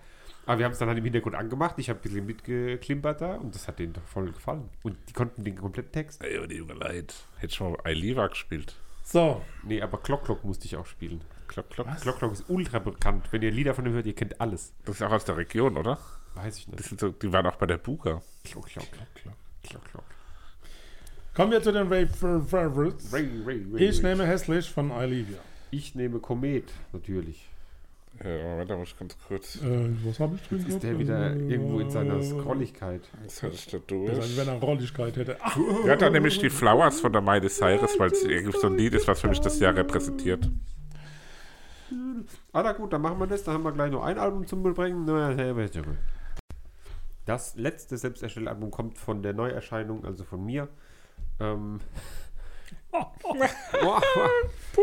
[SPEAKER 3] Aber wir haben es dann halt im Hintergrund angemacht. Ich habe ein bisschen mitgeklimpert da und das hat denen doch voll gefallen. Und die konnten den kompletten Text.
[SPEAKER 1] Ey, aber die junge Leid. Hätte schon mal Ailiva gespielt.
[SPEAKER 2] So,
[SPEAKER 3] Nee, aber Glock Glock musste ich auch spielen. Glock Glock.
[SPEAKER 2] Was?
[SPEAKER 3] Glock Glock ist ultra bekannt. Wenn ihr Lieder von dem hört, ihr kennt alles.
[SPEAKER 1] Das ist auch aus der Region, oder?
[SPEAKER 3] Weiß ich
[SPEAKER 1] Das
[SPEAKER 3] nicht.
[SPEAKER 1] sind so, die waren auch bei der Buga.
[SPEAKER 3] Glock Glock. Glock Glock.
[SPEAKER 2] kommen wir zu den Rave Favorites.
[SPEAKER 3] Ray, ray, ray,
[SPEAKER 2] Ich
[SPEAKER 3] ray.
[SPEAKER 2] nehme hässlich von Olivia.
[SPEAKER 3] ich nehme Komet, natürlich.
[SPEAKER 1] Ja, Moment, da muss ich ganz kurz.
[SPEAKER 2] Äh, was habe ich drin
[SPEAKER 3] Jetzt ist
[SPEAKER 2] gehabt?
[SPEAKER 3] der wieder
[SPEAKER 2] Äh,
[SPEAKER 3] irgendwo in seiner Scrolligkeit.
[SPEAKER 1] Das hatte ich da
[SPEAKER 2] Besser, als
[SPEAKER 1] durch.
[SPEAKER 2] wenn er Rolligkeit hätte. Ah! Ach,
[SPEAKER 1] Er hat da nämlich die Flowers von der Miley Cyrus, weil es irgendwie so ein Lied ist, was für mich das Jahr repräsentiert.
[SPEAKER 3] Ah, na gut, dann machen wir das. Dann haben wir gleich noch ein Album zum Bringen. Na, hey, weiß ich nicht. Das letzte selbst erstellte Album kommt von der Neuerscheinung, also von mir. Ähm,
[SPEAKER 2] Oh, äh,
[SPEAKER 3] Boah,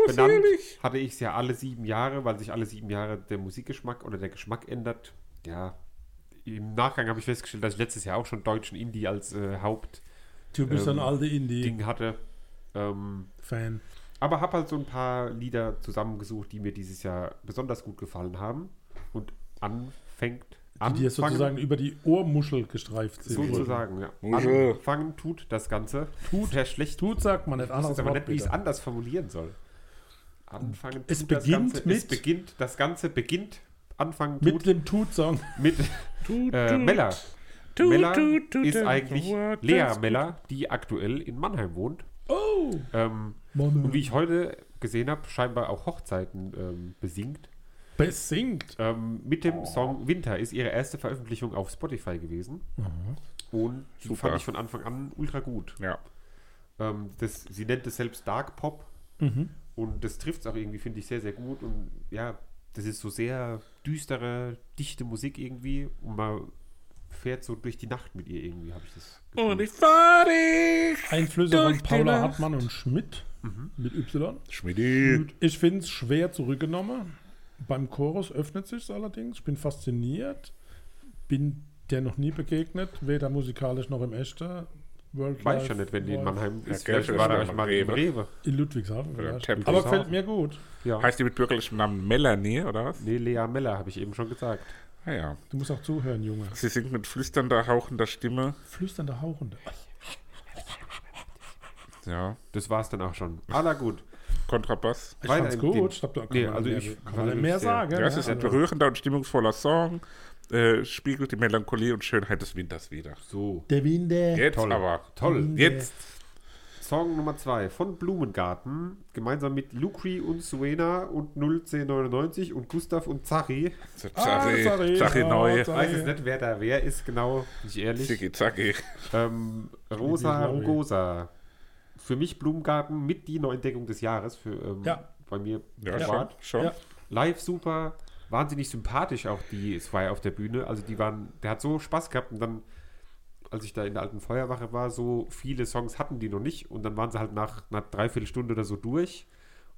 [SPEAKER 3] benannt hatte ich es ja alle sieben Jahre, weil sich alle sieben Jahre der Musikgeschmack oder der Geschmack ändert. Ja, im Nachgang habe ich festgestellt, dass ich letztes Jahr auch schon deutschen Indie als äh, Hauptding
[SPEAKER 2] du bist
[SPEAKER 3] Ähm,
[SPEAKER 2] ein alter Indie-Fan.
[SPEAKER 3] hatte. Ähm, aber habe halt so ein paar Lieder zusammengesucht, die mir dieses Jahr besonders gut gefallen haben. Und anfängt
[SPEAKER 2] Die dir sozusagen über die Ohrmuschel gestreift sind.
[SPEAKER 3] sozusagen ja.
[SPEAKER 1] Muschel.
[SPEAKER 3] Anfangen tut das Ganze. Tut der schlecht.
[SPEAKER 2] Tut sagt man nicht
[SPEAKER 3] Ich
[SPEAKER 2] anders.
[SPEAKER 3] weiß aber nicht, wie ich es anders formulieren soll. Anfangen
[SPEAKER 2] Es
[SPEAKER 3] tut das
[SPEAKER 2] beginnt
[SPEAKER 3] Ganze,
[SPEAKER 2] mit-
[SPEAKER 3] es beginnt das Ganze beginnt anfangen
[SPEAKER 2] Mit
[SPEAKER 3] tut
[SPEAKER 2] dem Tut-Song.
[SPEAKER 3] mit, äh, Mella.
[SPEAKER 1] Tut,
[SPEAKER 3] Mella
[SPEAKER 1] tut, tut,
[SPEAKER 3] ist
[SPEAKER 1] tut,
[SPEAKER 3] eigentlich
[SPEAKER 1] tut,
[SPEAKER 3] Lea
[SPEAKER 1] tut.
[SPEAKER 3] Mella, die aktuell in Mannheim wohnt.
[SPEAKER 2] Oh!
[SPEAKER 3] Ähm,
[SPEAKER 2] Mann,
[SPEAKER 3] und wie ich heute gesehen habe, scheinbar auch Hochzeiten ähm, besingt.
[SPEAKER 2] besingt.
[SPEAKER 3] Ähm, mit dem Song Winter ist ihre erste Veröffentlichung auf Spotify gewesen.
[SPEAKER 2] Mhm.
[SPEAKER 3] Und die
[SPEAKER 1] Super.
[SPEAKER 3] fand ich von Anfang an ultra gut.
[SPEAKER 1] Ja.
[SPEAKER 3] Ähm, das, sie nennt es selbst Dark Pop. Und das trifft es auch irgendwie, finde ich, sehr, sehr gut. Und ja, das ist so sehr düstere, dichte Musik irgendwie. Und man fährt so durch die Nacht mit ihr irgendwie, habe ich das.
[SPEAKER 1] Und ich fahr dich.
[SPEAKER 2] Einflüsse von
[SPEAKER 1] Durch die
[SPEAKER 2] Paula
[SPEAKER 1] Nacht.
[SPEAKER 2] Hartmann und Schmidt
[SPEAKER 3] Mhm.
[SPEAKER 2] mit Y.
[SPEAKER 1] Schmidi.
[SPEAKER 2] Ich finde es schwer zurückgenommen. Beim Chorus öffnet sich allerdings. Ich bin fasziniert. Bin der noch nie begegnet, weder musikalisch noch im echten. World
[SPEAKER 3] Weiß ich
[SPEAKER 2] Life
[SPEAKER 3] schon nicht, wenn die in
[SPEAKER 2] Live
[SPEAKER 3] Mannheim ist.
[SPEAKER 1] gell,
[SPEAKER 3] Vielleicht war da
[SPEAKER 1] vielleicht
[SPEAKER 3] euch
[SPEAKER 1] mal
[SPEAKER 3] mal im
[SPEAKER 1] Rewe.
[SPEAKER 3] Rewe.
[SPEAKER 2] In Ludwigshafen.
[SPEAKER 1] Oder
[SPEAKER 2] vielleicht.
[SPEAKER 1] Tempelhof.
[SPEAKER 2] Aber gefällt mir gut.
[SPEAKER 3] Ja.
[SPEAKER 1] Heißt die mit bürgerlichem Namen Melanie, oder was?
[SPEAKER 3] Nee, Lea Meller, habe ich eben schon gesagt.
[SPEAKER 1] Naja.
[SPEAKER 2] Du musst auch zuhören, Junge.
[SPEAKER 1] Sie singt mit flüsternder, hauchender Stimme.
[SPEAKER 2] Flüsternde Hauchende.
[SPEAKER 1] Ja.
[SPEAKER 3] Das war es dann auch schon. Ah, na gut.
[SPEAKER 1] Kontrabass.
[SPEAKER 2] Ich
[SPEAKER 3] Weiter
[SPEAKER 2] fand's
[SPEAKER 3] im
[SPEAKER 2] gut.
[SPEAKER 3] Ding.
[SPEAKER 2] Ich glaub, da kann
[SPEAKER 3] Nee,
[SPEAKER 2] man
[SPEAKER 3] also
[SPEAKER 2] mehr,
[SPEAKER 3] ich-
[SPEAKER 2] kann
[SPEAKER 3] also
[SPEAKER 2] man nicht
[SPEAKER 3] ich
[SPEAKER 2] mehr
[SPEAKER 3] sehr-
[SPEAKER 2] sagen.
[SPEAKER 1] Ja, es ist ein
[SPEAKER 2] also-
[SPEAKER 1] berührender und stimmungsvoller Song. Äh, spiegelt die Melancholie und Schönheit des Winters wider.
[SPEAKER 3] So.
[SPEAKER 2] Der Winde.
[SPEAKER 1] Jetzt
[SPEAKER 3] Toll. Ah,
[SPEAKER 1] aber.
[SPEAKER 3] Toll.
[SPEAKER 2] Mhm.
[SPEAKER 1] Jetzt.
[SPEAKER 3] Song Nummer 2 von Blumengarten, gemeinsam mit Lucri und Suena und 01099 und Gustav und Zari.
[SPEAKER 1] Zachi,
[SPEAKER 2] Zachi,
[SPEAKER 1] Zachi
[SPEAKER 2] ja,
[SPEAKER 1] neu.
[SPEAKER 2] Zachi.
[SPEAKER 3] Weiß jetzt nicht, wer da wer ist, genau, nicht ehrlich.
[SPEAKER 1] Zicki, Zacki.
[SPEAKER 3] Ähm, Rosa
[SPEAKER 2] Die Lori.
[SPEAKER 3] Rugosa. Für mich Blumengarten mit die Neuentdeckung des Jahres, für ähm,
[SPEAKER 2] Ja.
[SPEAKER 3] bei mir
[SPEAKER 1] Ja, schon.
[SPEAKER 3] privat.
[SPEAKER 1] schon.
[SPEAKER 2] Ja.
[SPEAKER 3] Live super, wahnsinnig sympathisch auch die zwei auf der Bühne. Also die waren, der hat so Spaß gehabt und dann, als ich da in der alten Feuerwache war, so viele Songs hatten die noch nicht und dann waren sie halt nach einer Dreiviertelstunde oder so durch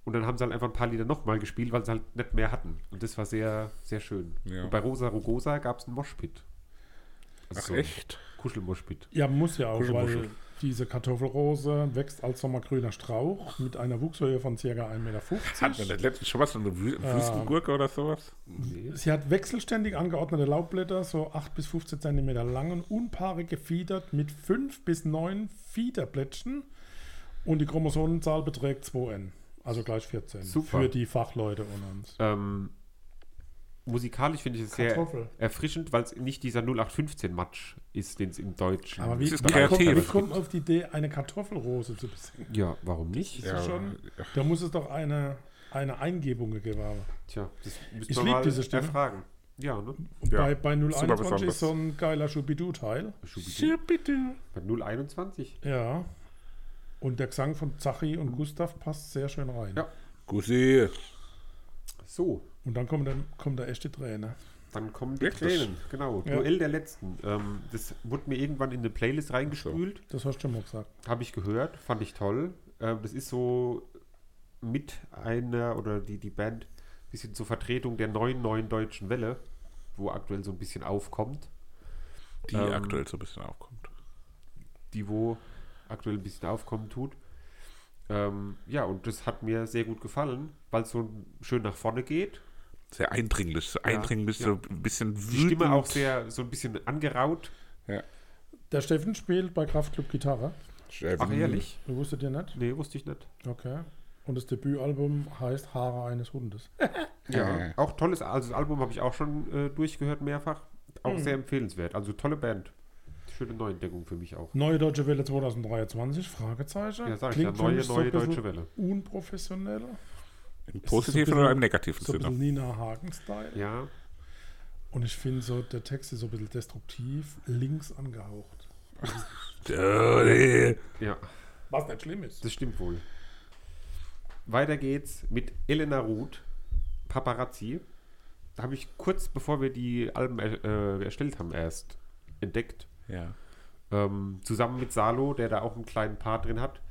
[SPEAKER 3] und dann haben sie halt einfach ein paar Lieder nochmal gespielt, weil sie halt nicht mehr hatten. Und das war sehr, sehr schön.
[SPEAKER 1] Ja.
[SPEAKER 3] Und bei Rosa Rugosa gab es einen Moshpit. Also
[SPEAKER 1] Ach,
[SPEAKER 3] so ein
[SPEAKER 1] echt?
[SPEAKER 3] Kuschelmoshpit.
[SPEAKER 2] Ja, muss ja auch, weil
[SPEAKER 1] Kuschelmuschel.
[SPEAKER 2] diese Kartoffelrose wächst als sommergrüner Strauch mit einer Wuchshöhe von ca. 1,50
[SPEAKER 1] Hatten wir
[SPEAKER 2] Meter.
[SPEAKER 1] das letzte schon was von einer Wü Wüstengurke oder sowas?
[SPEAKER 3] Nee.
[SPEAKER 2] Sie hat wechselständig angeordnete Laubblätter, so 8 bis 15 cm lang und unpaarig gefiedert mit 5 bis 9 Fiederblättchen und die Chromosomenzahl beträgt 2n, also gleich 14
[SPEAKER 3] Super.
[SPEAKER 2] für die Fachleute unter uns.
[SPEAKER 3] Ähm, musikalisch finde ich es sehr
[SPEAKER 2] Kartoffel.
[SPEAKER 3] erfrischend, weil es nicht dieser 0815-Matsch ist, den es im Deutschen
[SPEAKER 2] Aber wie,
[SPEAKER 1] Das ist
[SPEAKER 2] wie, kommt,
[SPEAKER 1] kreativ.
[SPEAKER 2] wie kommt man auf die Idee, eine Kartoffelrose zu besingen?
[SPEAKER 3] Ja, warum nicht?
[SPEAKER 2] Das ist schon, da muss es doch eine, eine Eingebung gegeben haben.
[SPEAKER 3] Tja, das müssen
[SPEAKER 2] Ich
[SPEAKER 3] wir
[SPEAKER 2] lieb
[SPEAKER 3] mal
[SPEAKER 2] diese Stimme.
[SPEAKER 3] erfragen. Ja, ne?
[SPEAKER 1] Ja,
[SPEAKER 2] bei, bei
[SPEAKER 1] super
[SPEAKER 2] 021
[SPEAKER 1] besonders.
[SPEAKER 2] ist so ein geiler Schubidu-Teil.
[SPEAKER 3] Schubidu.
[SPEAKER 1] Schubidu.
[SPEAKER 3] Bei 021.
[SPEAKER 2] Ja. Und der Gesang von Zachi und Gustav passt sehr schön rein.
[SPEAKER 3] Ja.
[SPEAKER 1] Gussi.
[SPEAKER 3] So,
[SPEAKER 2] Und dann kommen, dann kommen da echte Tränen.
[SPEAKER 3] Dann kommen die
[SPEAKER 1] Wirklich?
[SPEAKER 3] Tränen, genau.
[SPEAKER 2] Ja.
[SPEAKER 3] Duell der Letzten. Ähm, das wurde mir irgendwann in eine Playlist reingespült.
[SPEAKER 2] Das hast du schon mal gesagt.
[SPEAKER 3] Habe ich gehört, fand ich toll. Ähm, das ist so mit einer oder die, die Band ein bisschen zur Vertretung der neuen, neuen deutschen Welle, wo aktuell so ein bisschen aufkommt.
[SPEAKER 1] die
[SPEAKER 3] Ähm,
[SPEAKER 1] aktuell so ein bisschen aufkommt.
[SPEAKER 3] die wo aktuell ein bisschen aufkommen tut. Ähm, ja, und das hat mir sehr gut gefallen, weil es so schön nach vorne geht.
[SPEAKER 1] Sehr eindringlich, so eindringlich,
[SPEAKER 3] ja.
[SPEAKER 1] so ein bisschen
[SPEAKER 3] Die
[SPEAKER 1] wütend.
[SPEAKER 3] Stimme auch sehr so ein bisschen angeraut.
[SPEAKER 1] Ja.
[SPEAKER 2] Der Steffen spielt bei Kraftclub Gitarre.
[SPEAKER 3] Ach, ehrlich?
[SPEAKER 2] Du wusstet ihr nicht?
[SPEAKER 3] Nee, wusste ich nicht.
[SPEAKER 2] Okay. Und das Debütalbum heißt Haare eines Hundes.
[SPEAKER 3] Ja,
[SPEAKER 1] Ja.
[SPEAKER 3] auch tolles also das Album habe ich auch schon äh, durchgehört mehrfach. Auch sehr empfehlenswert. Also tolle Band. Schöne Neuentdeckung für mich auch.
[SPEAKER 2] Neue Deutsche Welle 2023? Fragezeichen.
[SPEAKER 3] Ja, sag ich ja, neue,
[SPEAKER 2] für mich
[SPEAKER 3] neue
[SPEAKER 2] ein bisschen
[SPEAKER 3] Deutsche Welle.
[SPEAKER 2] Unprofessionell.
[SPEAKER 1] Im
[SPEAKER 2] das so ein
[SPEAKER 1] positiven
[SPEAKER 2] bisschen-
[SPEAKER 1] oder im negativen
[SPEAKER 2] So ein bisschen
[SPEAKER 1] Sinne.
[SPEAKER 2] Nina Hagen-Style.
[SPEAKER 3] Ja,
[SPEAKER 2] Und ich finde so, der Text ist so ein bisschen destruktiv, links angehaucht.
[SPEAKER 1] Oh, nee.
[SPEAKER 3] ja,
[SPEAKER 2] Was nicht schlimm ist.
[SPEAKER 3] das stimmt wohl. Weiter geht's mit Elena Ruth, Paparazzi. Da habe ich kurz bevor wir die Alben er, äh, erstellt haben erst entdeckt.
[SPEAKER 1] Ja.
[SPEAKER 3] Ähm, zusammen mit Salo, der da auch einen kleinen Part drin hat.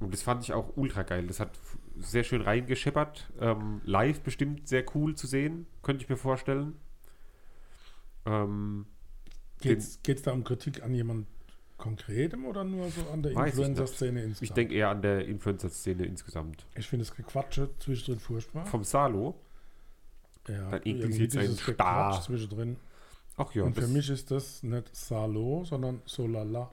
[SPEAKER 3] Und das fand ich auch ultra geil. Das hat f- sehr schön reingescheppert. Ähm, live bestimmt sehr cool zu sehen, könnte ich mir vorstellen. Ähm,
[SPEAKER 2] Geht's, geht's da um Kritik an jemand Konkretem oder nur so an der
[SPEAKER 3] Weiß ich
[SPEAKER 2] Influencer-Szene
[SPEAKER 3] ich
[SPEAKER 2] insgesamt?
[SPEAKER 3] denke eher an der Influencer-Szene insgesamt.
[SPEAKER 2] ich finde das Gequatsche zwischendrin furchtbar.
[SPEAKER 3] Vom Salo.
[SPEAKER 2] ja,
[SPEAKER 3] Dann
[SPEAKER 2] irgendwie
[SPEAKER 3] inklusive
[SPEAKER 2] dieses
[SPEAKER 3] ein
[SPEAKER 2] Gequatsch
[SPEAKER 3] Star.
[SPEAKER 2] zwischendrin.
[SPEAKER 3] Ach ja,
[SPEAKER 2] Und für
[SPEAKER 3] das-
[SPEAKER 2] mich ist das nicht Salo, sondern Solala.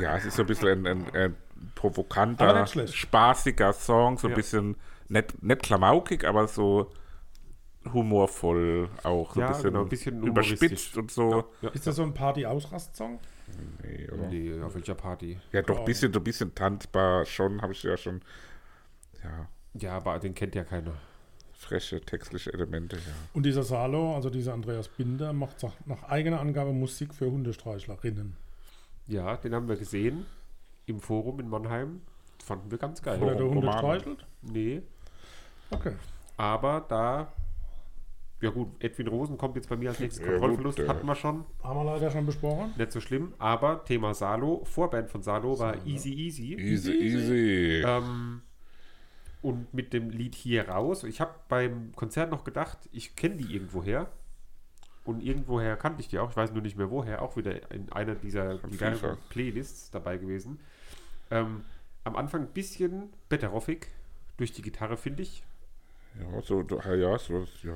[SPEAKER 1] ja, es ist so ein bisschen ein, ein, ein
[SPEAKER 2] Aber
[SPEAKER 1] provokanter,
[SPEAKER 2] nicht schlecht.
[SPEAKER 1] spaßiger Song, so ein
[SPEAKER 3] Ja.
[SPEAKER 1] bisschen nicht, nicht klamaukig, aber so humorvoll auch. So
[SPEAKER 3] Ja,
[SPEAKER 1] ein bisschen,
[SPEAKER 3] genau, ein bisschen humoristisch.
[SPEAKER 1] überspitzt und so.
[SPEAKER 3] Ja.
[SPEAKER 2] Ist das so ein Party-Ausrast-Song?
[SPEAKER 1] Nee, oder?
[SPEAKER 3] Nee, auf welcher Party?
[SPEAKER 1] Ja, doch, ein bisschen, so ein bisschen tanzbar schon, habe ich ja schon. Ja,
[SPEAKER 3] Ja, aber den kennt ja keiner.
[SPEAKER 1] freche textliche Elemente, ja.
[SPEAKER 2] Und dieser Salo, also dieser Andreas Binder, macht sa- nach eigener Angabe Musik für Hundestreichlerinnen.
[SPEAKER 3] Ja, den haben wir gesehen im Forum in Mannheim. Fanden wir ganz geil.
[SPEAKER 2] Oder der Hund
[SPEAKER 1] Romane.
[SPEAKER 2] streichelt?
[SPEAKER 3] Nee,
[SPEAKER 2] Okay.
[SPEAKER 3] aber da. Ja, gut, Edwin Rosen kommt jetzt bei mir als nächstes.
[SPEAKER 1] Ja,
[SPEAKER 3] Kontrollverlust
[SPEAKER 1] gut, äh.
[SPEAKER 3] hatten wir schon.
[SPEAKER 2] Haben wir leider schon besprochen.
[SPEAKER 3] Nicht so schlimm. Aber Thema Salo, Vorband von Salo war Easy Easy.
[SPEAKER 1] Easy,
[SPEAKER 2] Easy.
[SPEAKER 1] easy.
[SPEAKER 3] Ähm, und mit dem Lied hier raus. Ich habe beim Konzert noch gedacht, ich kenne die irgendwoher. Und irgendwoher kannte ich die auch. Ich weiß nur nicht mehr woher. Auch wieder in einer dieser
[SPEAKER 1] Von
[SPEAKER 3] diversen
[SPEAKER 1] FIFA.
[SPEAKER 3] Playlists dabei gewesen. Ähm, am Anfang ein bisschen Betteroffig durch die Gitarre, finde ich.
[SPEAKER 1] Ja, so, so- ja, so, ja.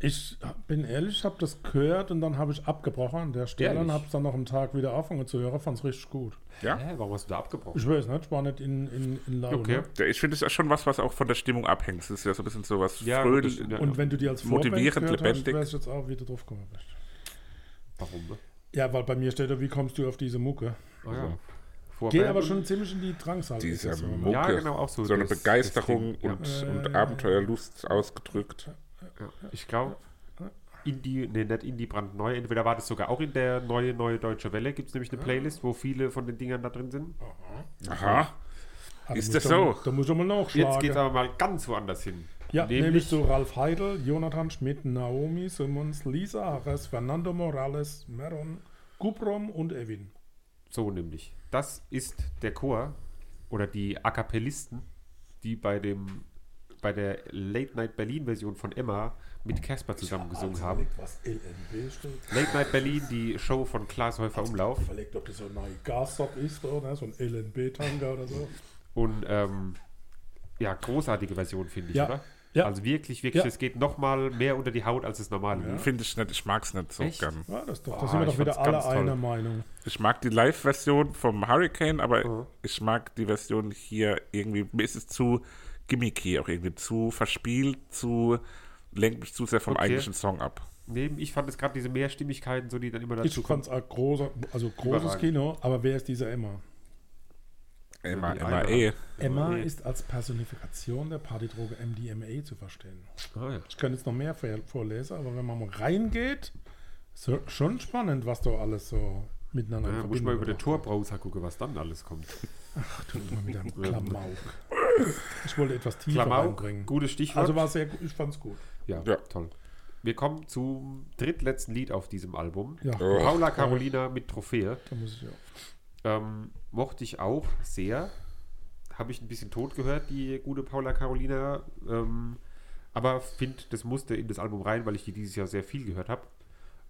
[SPEAKER 2] Ich bin ehrlich, ich habe das gehört und dann habe ich abgebrochen an der Stelle und
[SPEAKER 3] Ehrlich?
[SPEAKER 2] habe es dann noch am Tag wieder angefangen zu hören. Fand es richtig gut.
[SPEAKER 1] Ja?
[SPEAKER 3] Hä, warum hast du da abgebrochen?
[SPEAKER 2] Ich weiß nicht, ich war nicht in, in, in Laune.
[SPEAKER 3] Okay.
[SPEAKER 1] Ja, Ich finde es ja schon was, was auch von der Stimmung abhängt. Es ist ja so ein bisschen so was
[SPEAKER 3] Ja, gut, das
[SPEAKER 1] fröhlich.
[SPEAKER 3] stimmt, ja.
[SPEAKER 2] Und wenn du die als Vorband
[SPEAKER 1] Motivierend,
[SPEAKER 2] gehört
[SPEAKER 1] lebendig.
[SPEAKER 2] hast, weiß ich jetzt auch, wie du drauf gekommen bist.
[SPEAKER 3] Warum? Ne?
[SPEAKER 2] Ja, weil bei mir steht ja, wie kommst du auf diese Mucke?
[SPEAKER 3] Ah, ja.
[SPEAKER 1] Also,
[SPEAKER 3] Vorband.
[SPEAKER 2] Geht aber schon ziemlich in die Drangsal.
[SPEAKER 1] Dieser
[SPEAKER 2] Das war-
[SPEAKER 1] Mucke.
[SPEAKER 3] Ja, genau, auch so
[SPEAKER 1] So eine
[SPEAKER 3] das- das
[SPEAKER 1] Begeisterung
[SPEAKER 3] Ding, ja.
[SPEAKER 1] und, und Abenteuerlust ausgedrückt.
[SPEAKER 3] Ja, ich glaube, Indie, nee, nicht Indie brandneu. Entweder war das sogar auch in der neue, neue Deutsche Welle. Gibt es nämlich eine Playlist, wo viele von den Dingern da drin sind.
[SPEAKER 1] Aha.
[SPEAKER 2] Ah, da
[SPEAKER 1] Ist
[SPEAKER 2] muss
[SPEAKER 1] das
[SPEAKER 2] ich doch-
[SPEAKER 1] so?
[SPEAKER 2] Da muss ich doch mal
[SPEAKER 3] Jetzt
[SPEAKER 2] nachschlagen.
[SPEAKER 3] geht es aber mal ganz woanders hin.
[SPEAKER 2] ja, nämlich, zu Ralf Heidel, Jonathan Schmidt, Naomi Simmons, Lisa Harris, Fernando Morales, Meron, Gubrom und Evin.
[SPEAKER 3] so nämlich. Das ist der Chor oder die A Cappellisten, die bei dem bei der Late Night Berlin Version von Emma mit Casper zusammengesungen haben.
[SPEAKER 2] Also was LNB steht.
[SPEAKER 3] Late Night Berlin, die Show von Klaas Häufer Umlauf.
[SPEAKER 2] Überlegt, ob das so ein neuer Gassock ist oder so ein LNB-Tanga oder so.
[SPEAKER 3] Und ähm, ja, großartige Version, finde ich,
[SPEAKER 2] Ja.
[SPEAKER 3] oder?
[SPEAKER 2] Ja.
[SPEAKER 3] Also wirklich, wirklich,
[SPEAKER 2] Ja.
[SPEAKER 3] es geht nochmal mehr unter die Haut als das normale Lied.
[SPEAKER 1] Finde ich nicht, ich mag es nicht so
[SPEAKER 3] Echt?
[SPEAKER 1] gern.
[SPEAKER 2] Ja, das doch, da
[SPEAKER 3] Ah,
[SPEAKER 2] sind wir
[SPEAKER 3] ich
[SPEAKER 2] doch wieder
[SPEAKER 3] fand's
[SPEAKER 2] alle
[SPEAKER 3] ganz toll.
[SPEAKER 2] einer Meinung.
[SPEAKER 1] Ich mag die Live-Version vom Hurricane, aber
[SPEAKER 3] Mhm.
[SPEAKER 1] ich mag die Version hier irgendwie. Mir ist es zu gimmicky, auch irgendwie zu verspielt, zu lenkt mich zu sehr vom
[SPEAKER 3] Okay.
[SPEAKER 1] eigentlichen Song ab.
[SPEAKER 3] Neben, ich fand es gerade diese Mehrstimmigkeiten, so die dann immer dazu
[SPEAKER 2] Ich fand es ein großer, also großes
[SPEAKER 3] Überragend.
[SPEAKER 2] Kino, aber wer ist diese Emma?
[SPEAKER 1] Emma,
[SPEAKER 3] die
[SPEAKER 1] Emma,
[SPEAKER 3] eine-
[SPEAKER 1] eh.
[SPEAKER 2] Emma ist als Personifikation der Partydroge MDMA zu verstehen.
[SPEAKER 3] Ah, ja.
[SPEAKER 2] Ich könnte jetzt noch mehr ver- vorlesen, aber wenn man mal reingeht, ist ja schon spannend, was da alles so miteinander
[SPEAKER 3] Ja,
[SPEAKER 2] in
[SPEAKER 3] muss ich mal
[SPEAKER 2] Verbindung
[SPEAKER 3] über den
[SPEAKER 2] gebracht
[SPEAKER 3] Torbrowser gucken, was dann alles kommt.
[SPEAKER 2] wird. Mal mit einem Klamauk. Ich wollte etwas tiefer
[SPEAKER 3] Klamauk,
[SPEAKER 2] reinbringen.
[SPEAKER 3] gutes Stichwort.
[SPEAKER 2] Also war sehr gut, ich fand's gut.
[SPEAKER 3] ja,
[SPEAKER 1] Ja.
[SPEAKER 3] toll. Wir kommen zum drittletzten Lied auf diesem Album.
[SPEAKER 2] Ja,
[SPEAKER 1] Oh.
[SPEAKER 3] Paula Carolina mit Trophäe.
[SPEAKER 2] da muss ich auch.
[SPEAKER 3] Ähm, mochte ich auch sehr. Habe ich ein bisschen tot gehört, die gute Paula Carolina. Ähm, aber finde, das musste in das Album rein, weil ich die dieses Jahr sehr viel gehört habe.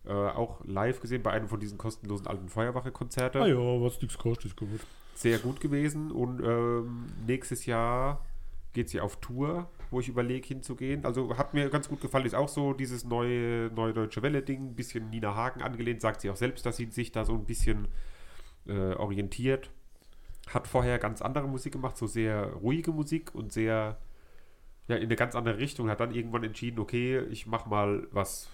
[SPEAKER 3] Äh, auch live gesehen bei einem von diesen kostenlosen alten Feuerwache-Konzerten.
[SPEAKER 2] Ah ja, was nichts kostet, ist gut.
[SPEAKER 3] sehr gut gewesen und ähm, nächstes Jahr geht sie auf Tour, wo ich überlege hinzugehen. Also hat mir ganz gut gefallen. Ist auch so dieses neue, neue Deutsche Welle-Ding, ein bisschen Nina Hagen angelehnt. Sagt sie auch selbst, dass sie sich da so ein bisschen äh, orientiert. Hat vorher ganz andere Musik gemacht, so sehr ruhige Musik und sehr ja, in eine ganz andere Richtung. Hat dann irgendwann entschieden, okay, ich mach mal was,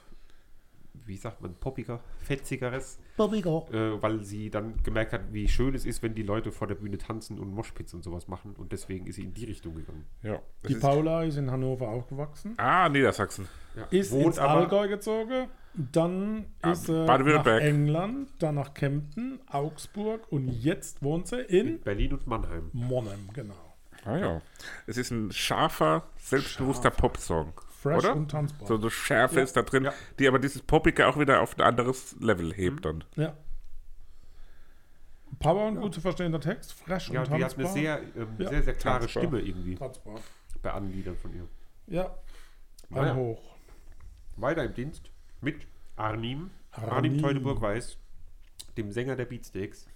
[SPEAKER 3] wie sagt man, poppiger, fetzigeres
[SPEAKER 2] Bobigo.
[SPEAKER 3] äh, weil sie dann gemerkt hat, wie schön es ist, wenn die Leute vor der Bühne tanzen und Moshpits und sowas machen. Und deswegen ist sie in die Richtung gegangen.
[SPEAKER 1] Ja. Das
[SPEAKER 2] Die
[SPEAKER 1] ist-
[SPEAKER 2] Paula ist in Hannover aufgewachsen,
[SPEAKER 1] Ah, Niedersachsen.
[SPEAKER 2] ist
[SPEAKER 3] Wohnt
[SPEAKER 2] ins Allgäu gezogen, dann
[SPEAKER 1] Ah,
[SPEAKER 2] ist sie nach
[SPEAKER 1] Baden-Württemberg.
[SPEAKER 2] England, dann nach Kempten, Augsburg und jetzt wohnt sie in
[SPEAKER 3] in Berlin und Mannheim.
[SPEAKER 2] Monheim, genau.
[SPEAKER 1] Ah ja. Es ist ein scharfer, selbstbewusster Popsong.
[SPEAKER 2] Fresh
[SPEAKER 1] Oder?
[SPEAKER 2] und tanzbar.
[SPEAKER 1] So eine Schärfe ist da drin,
[SPEAKER 3] Ja. Mhm.
[SPEAKER 1] die aber dieses Poppige auch wieder auf ein anderes Level hebt dann.
[SPEAKER 2] Ja. Power und gut zu verstehender Text, fresh
[SPEAKER 3] Ja,
[SPEAKER 2] und
[SPEAKER 3] die hat
[SPEAKER 2] tanzbar.
[SPEAKER 3] eine sehr, ähm,
[SPEAKER 2] Ja.
[SPEAKER 3] sehr, sehr klare
[SPEAKER 1] Tanzbar.
[SPEAKER 3] Stimme irgendwie
[SPEAKER 2] tanzbar.
[SPEAKER 3] bei Anliedern von ihr.
[SPEAKER 2] Ja, ein
[SPEAKER 3] Naja.
[SPEAKER 2] Hoch.
[SPEAKER 3] Weiter im Dienst mit Arnim. Arnim,
[SPEAKER 2] Arnim.
[SPEAKER 3] Teutoburg-Weiß, dem Sänger der Beatsteaks.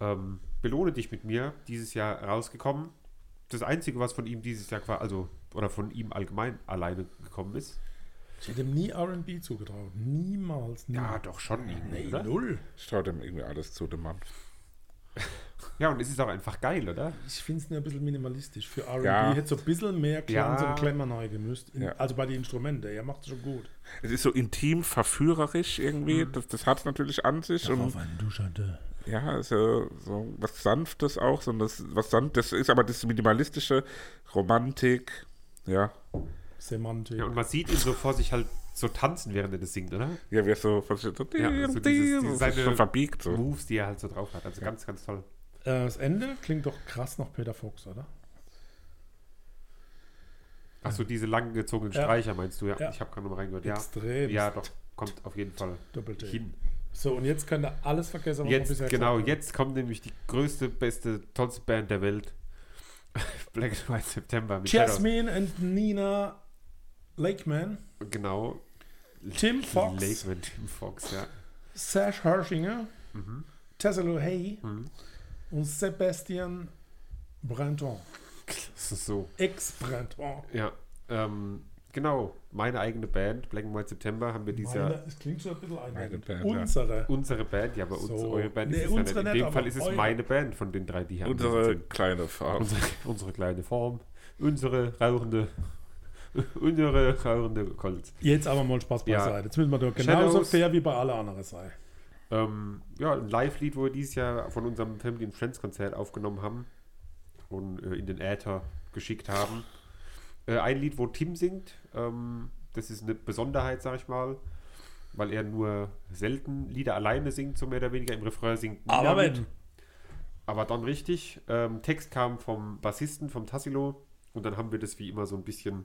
[SPEAKER 3] Ähm, Belohne dich mit mir, dieses Jahr rausgekommen. Das Einzige, was von ihm dieses Jahr quasi, also, oder von ihm allgemein alleine gekommen ist.
[SPEAKER 2] Ich hätte ihm nie R&B zugetraut. Niemals. nie.
[SPEAKER 3] Ja, doch schon irgendwie, oder?
[SPEAKER 2] null.
[SPEAKER 1] Ich traue dem irgendwie alles zu, dem Mann.
[SPEAKER 3] Ja, und es ist auch einfach geil, oder?
[SPEAKER 2] Ich finde es nur ein bisschen minimalistisch. Für R&B
[SPEAKER 1] Ja.
[SPEAKER 2] hätte so ein bisschen mehr Klanz
[SPEAKER 3] Ja.
[SPEAKER 2] und Klemmer neu gemüsst. In,
[SPEAKER 1] Ja.
[SPEAKER 2] Also bei den Instrumenten. Er macht es schon gut.
[SPEAKER 1] Es ist so intim, verführerisch irgendwie.
[SPEAKER 3] Mhm.
[SPEAKER 1] Das, das hat es natürlich an sich. und
[SPEAKER 2] einen Duschante.
[SPEAKER 1] ja, also so was Sanftes auch, so das, was sanft, das ist aber das minimalistische Romantik. Ja.
[SPEAKER 2] Semantik.
[SPEAKER 3] Ja, und man sieht ihn so vor sich halt so tanzen, während er das singt, oder?
[SPEAKER 1] Ja, wir so, was so,
[SPEAKER 3] Ja, so dieses- dieses-
[SPEAKER 1] das ist
[SPEAKER 3] seine-
[SPEAKER 1] schon verbiegt. So.
[SPEAKER 3] Moves, die er halt so drauf hat. Also ganz, ganz toll.
[SPEAKER 2] Äh, das Ende klingt doch krass nach Peter Fox, oder?
[SPEAKER 3] Achso, diese langgezogenen
[SPEAKER 2] Ja.
[SPEAKER 3] Streicher meinst du, ja.
[SPEAKER 2] Ja.
[SPEAKER 3] Ich habe gerade noch mal reingehört. Ja.
[SPEAKER 2] Extrem.
[SPEAKER 3] ja, doch. Kommt auf jeden Fall
[SPEAKER 2] Doppelt
[SPEAKER 3] hin.
[SPEAKER 2] So, und jetzt könnt ihr alles vergessen, wir
[SPEAKER 3] Jetzt, genau,
[SPEAKER 2] gesagt haben.
[SPEAKER 3] jetzt kommt nämlich die größte, beste, tollste Band der Welt. Black and White September mit Shadows.
[SPEAKER 2] Jasmine and Nina Lakeman,
[SPEAKER 3] Genau.
[SPEAKER 2] Tim Fox,
[SPEAKER 3] Lakeman, Tim Fox, ja.
[SPEAKER 2] Sash Hershinger, Tessa Lou Hay und Sebastian Branton.
[SPEAKER 3] Das ist so.
[SPEAKER 2] Ex-Branton.
[SPEAKER 3] Ja. Ähm, genau. Meine eigene Band, Black and White September, haben wir dieses Jahr
[SPEAKER 2] Meine- Es klingt schon ein bisschen einladend.
[SPEAKER 1] Meine Band, ja.
[SPEAKER 2] Unsere.
[SPEAKER 3] Unsere Band, ja, aber uns,
[SPEAKER 2] So.
[SPEAKER 3] eure Band
[SPEAKER 2] Nee,
[SPEAKER 3] ist es ja
[SPEAKER 2] unsere
[SPEAKER 3] nicht. In
[SPEAKER 2] nicht,
[SPEAKER 3] dem
[SPEAKER 2] aber
[SPEAKER 3] Fall ist es
[SPEAKER 2] eure.
[SPEAKER 3] meine Band von den drei, die hier
[SPEAKER 1] Unsere Ah.
[SPEAKER 3] anwesend
[SPEAKER 1] kleine Farbe.
[SPEAKER 3] sind. unsere, unsere kleine Form, unsere rauchende, unsere rauchende Colts.
[SPEAKER 2] Jetzt aber mal Spaß
[SPEAKER 3] Ja.
[SPEAKER 2] beiseite. Jetzt müssen wir doch genauso
[SPEAKER 3] Shadows.
[SPEAKER 2] fair wie bei aller anderen sein.
[SPEAKER 3] Ähm, ja, ein Live-Lied, wo wir dieses Jahr von unserem Family and Friends Konzert aufgenommen haben und äh, in den Äther geschickt haben. Äh, ein Lied, wo Tim singt. Ähm, das ist eine Besonderheit, sag ich mal, weil er nur selten Lieder alleine singt, so mehr oder weniger. Im Refrain singt Nina
[SPEAKER 2] Aber
[SPEAKER 3] mit.
[SPEAKER 2] wenn.
[SPEAKER 3] Aber dann richtig. Ähm, Text kam vom Bassisten, vom Tassilo. Und dann haben wir das wie immer so ein bisschen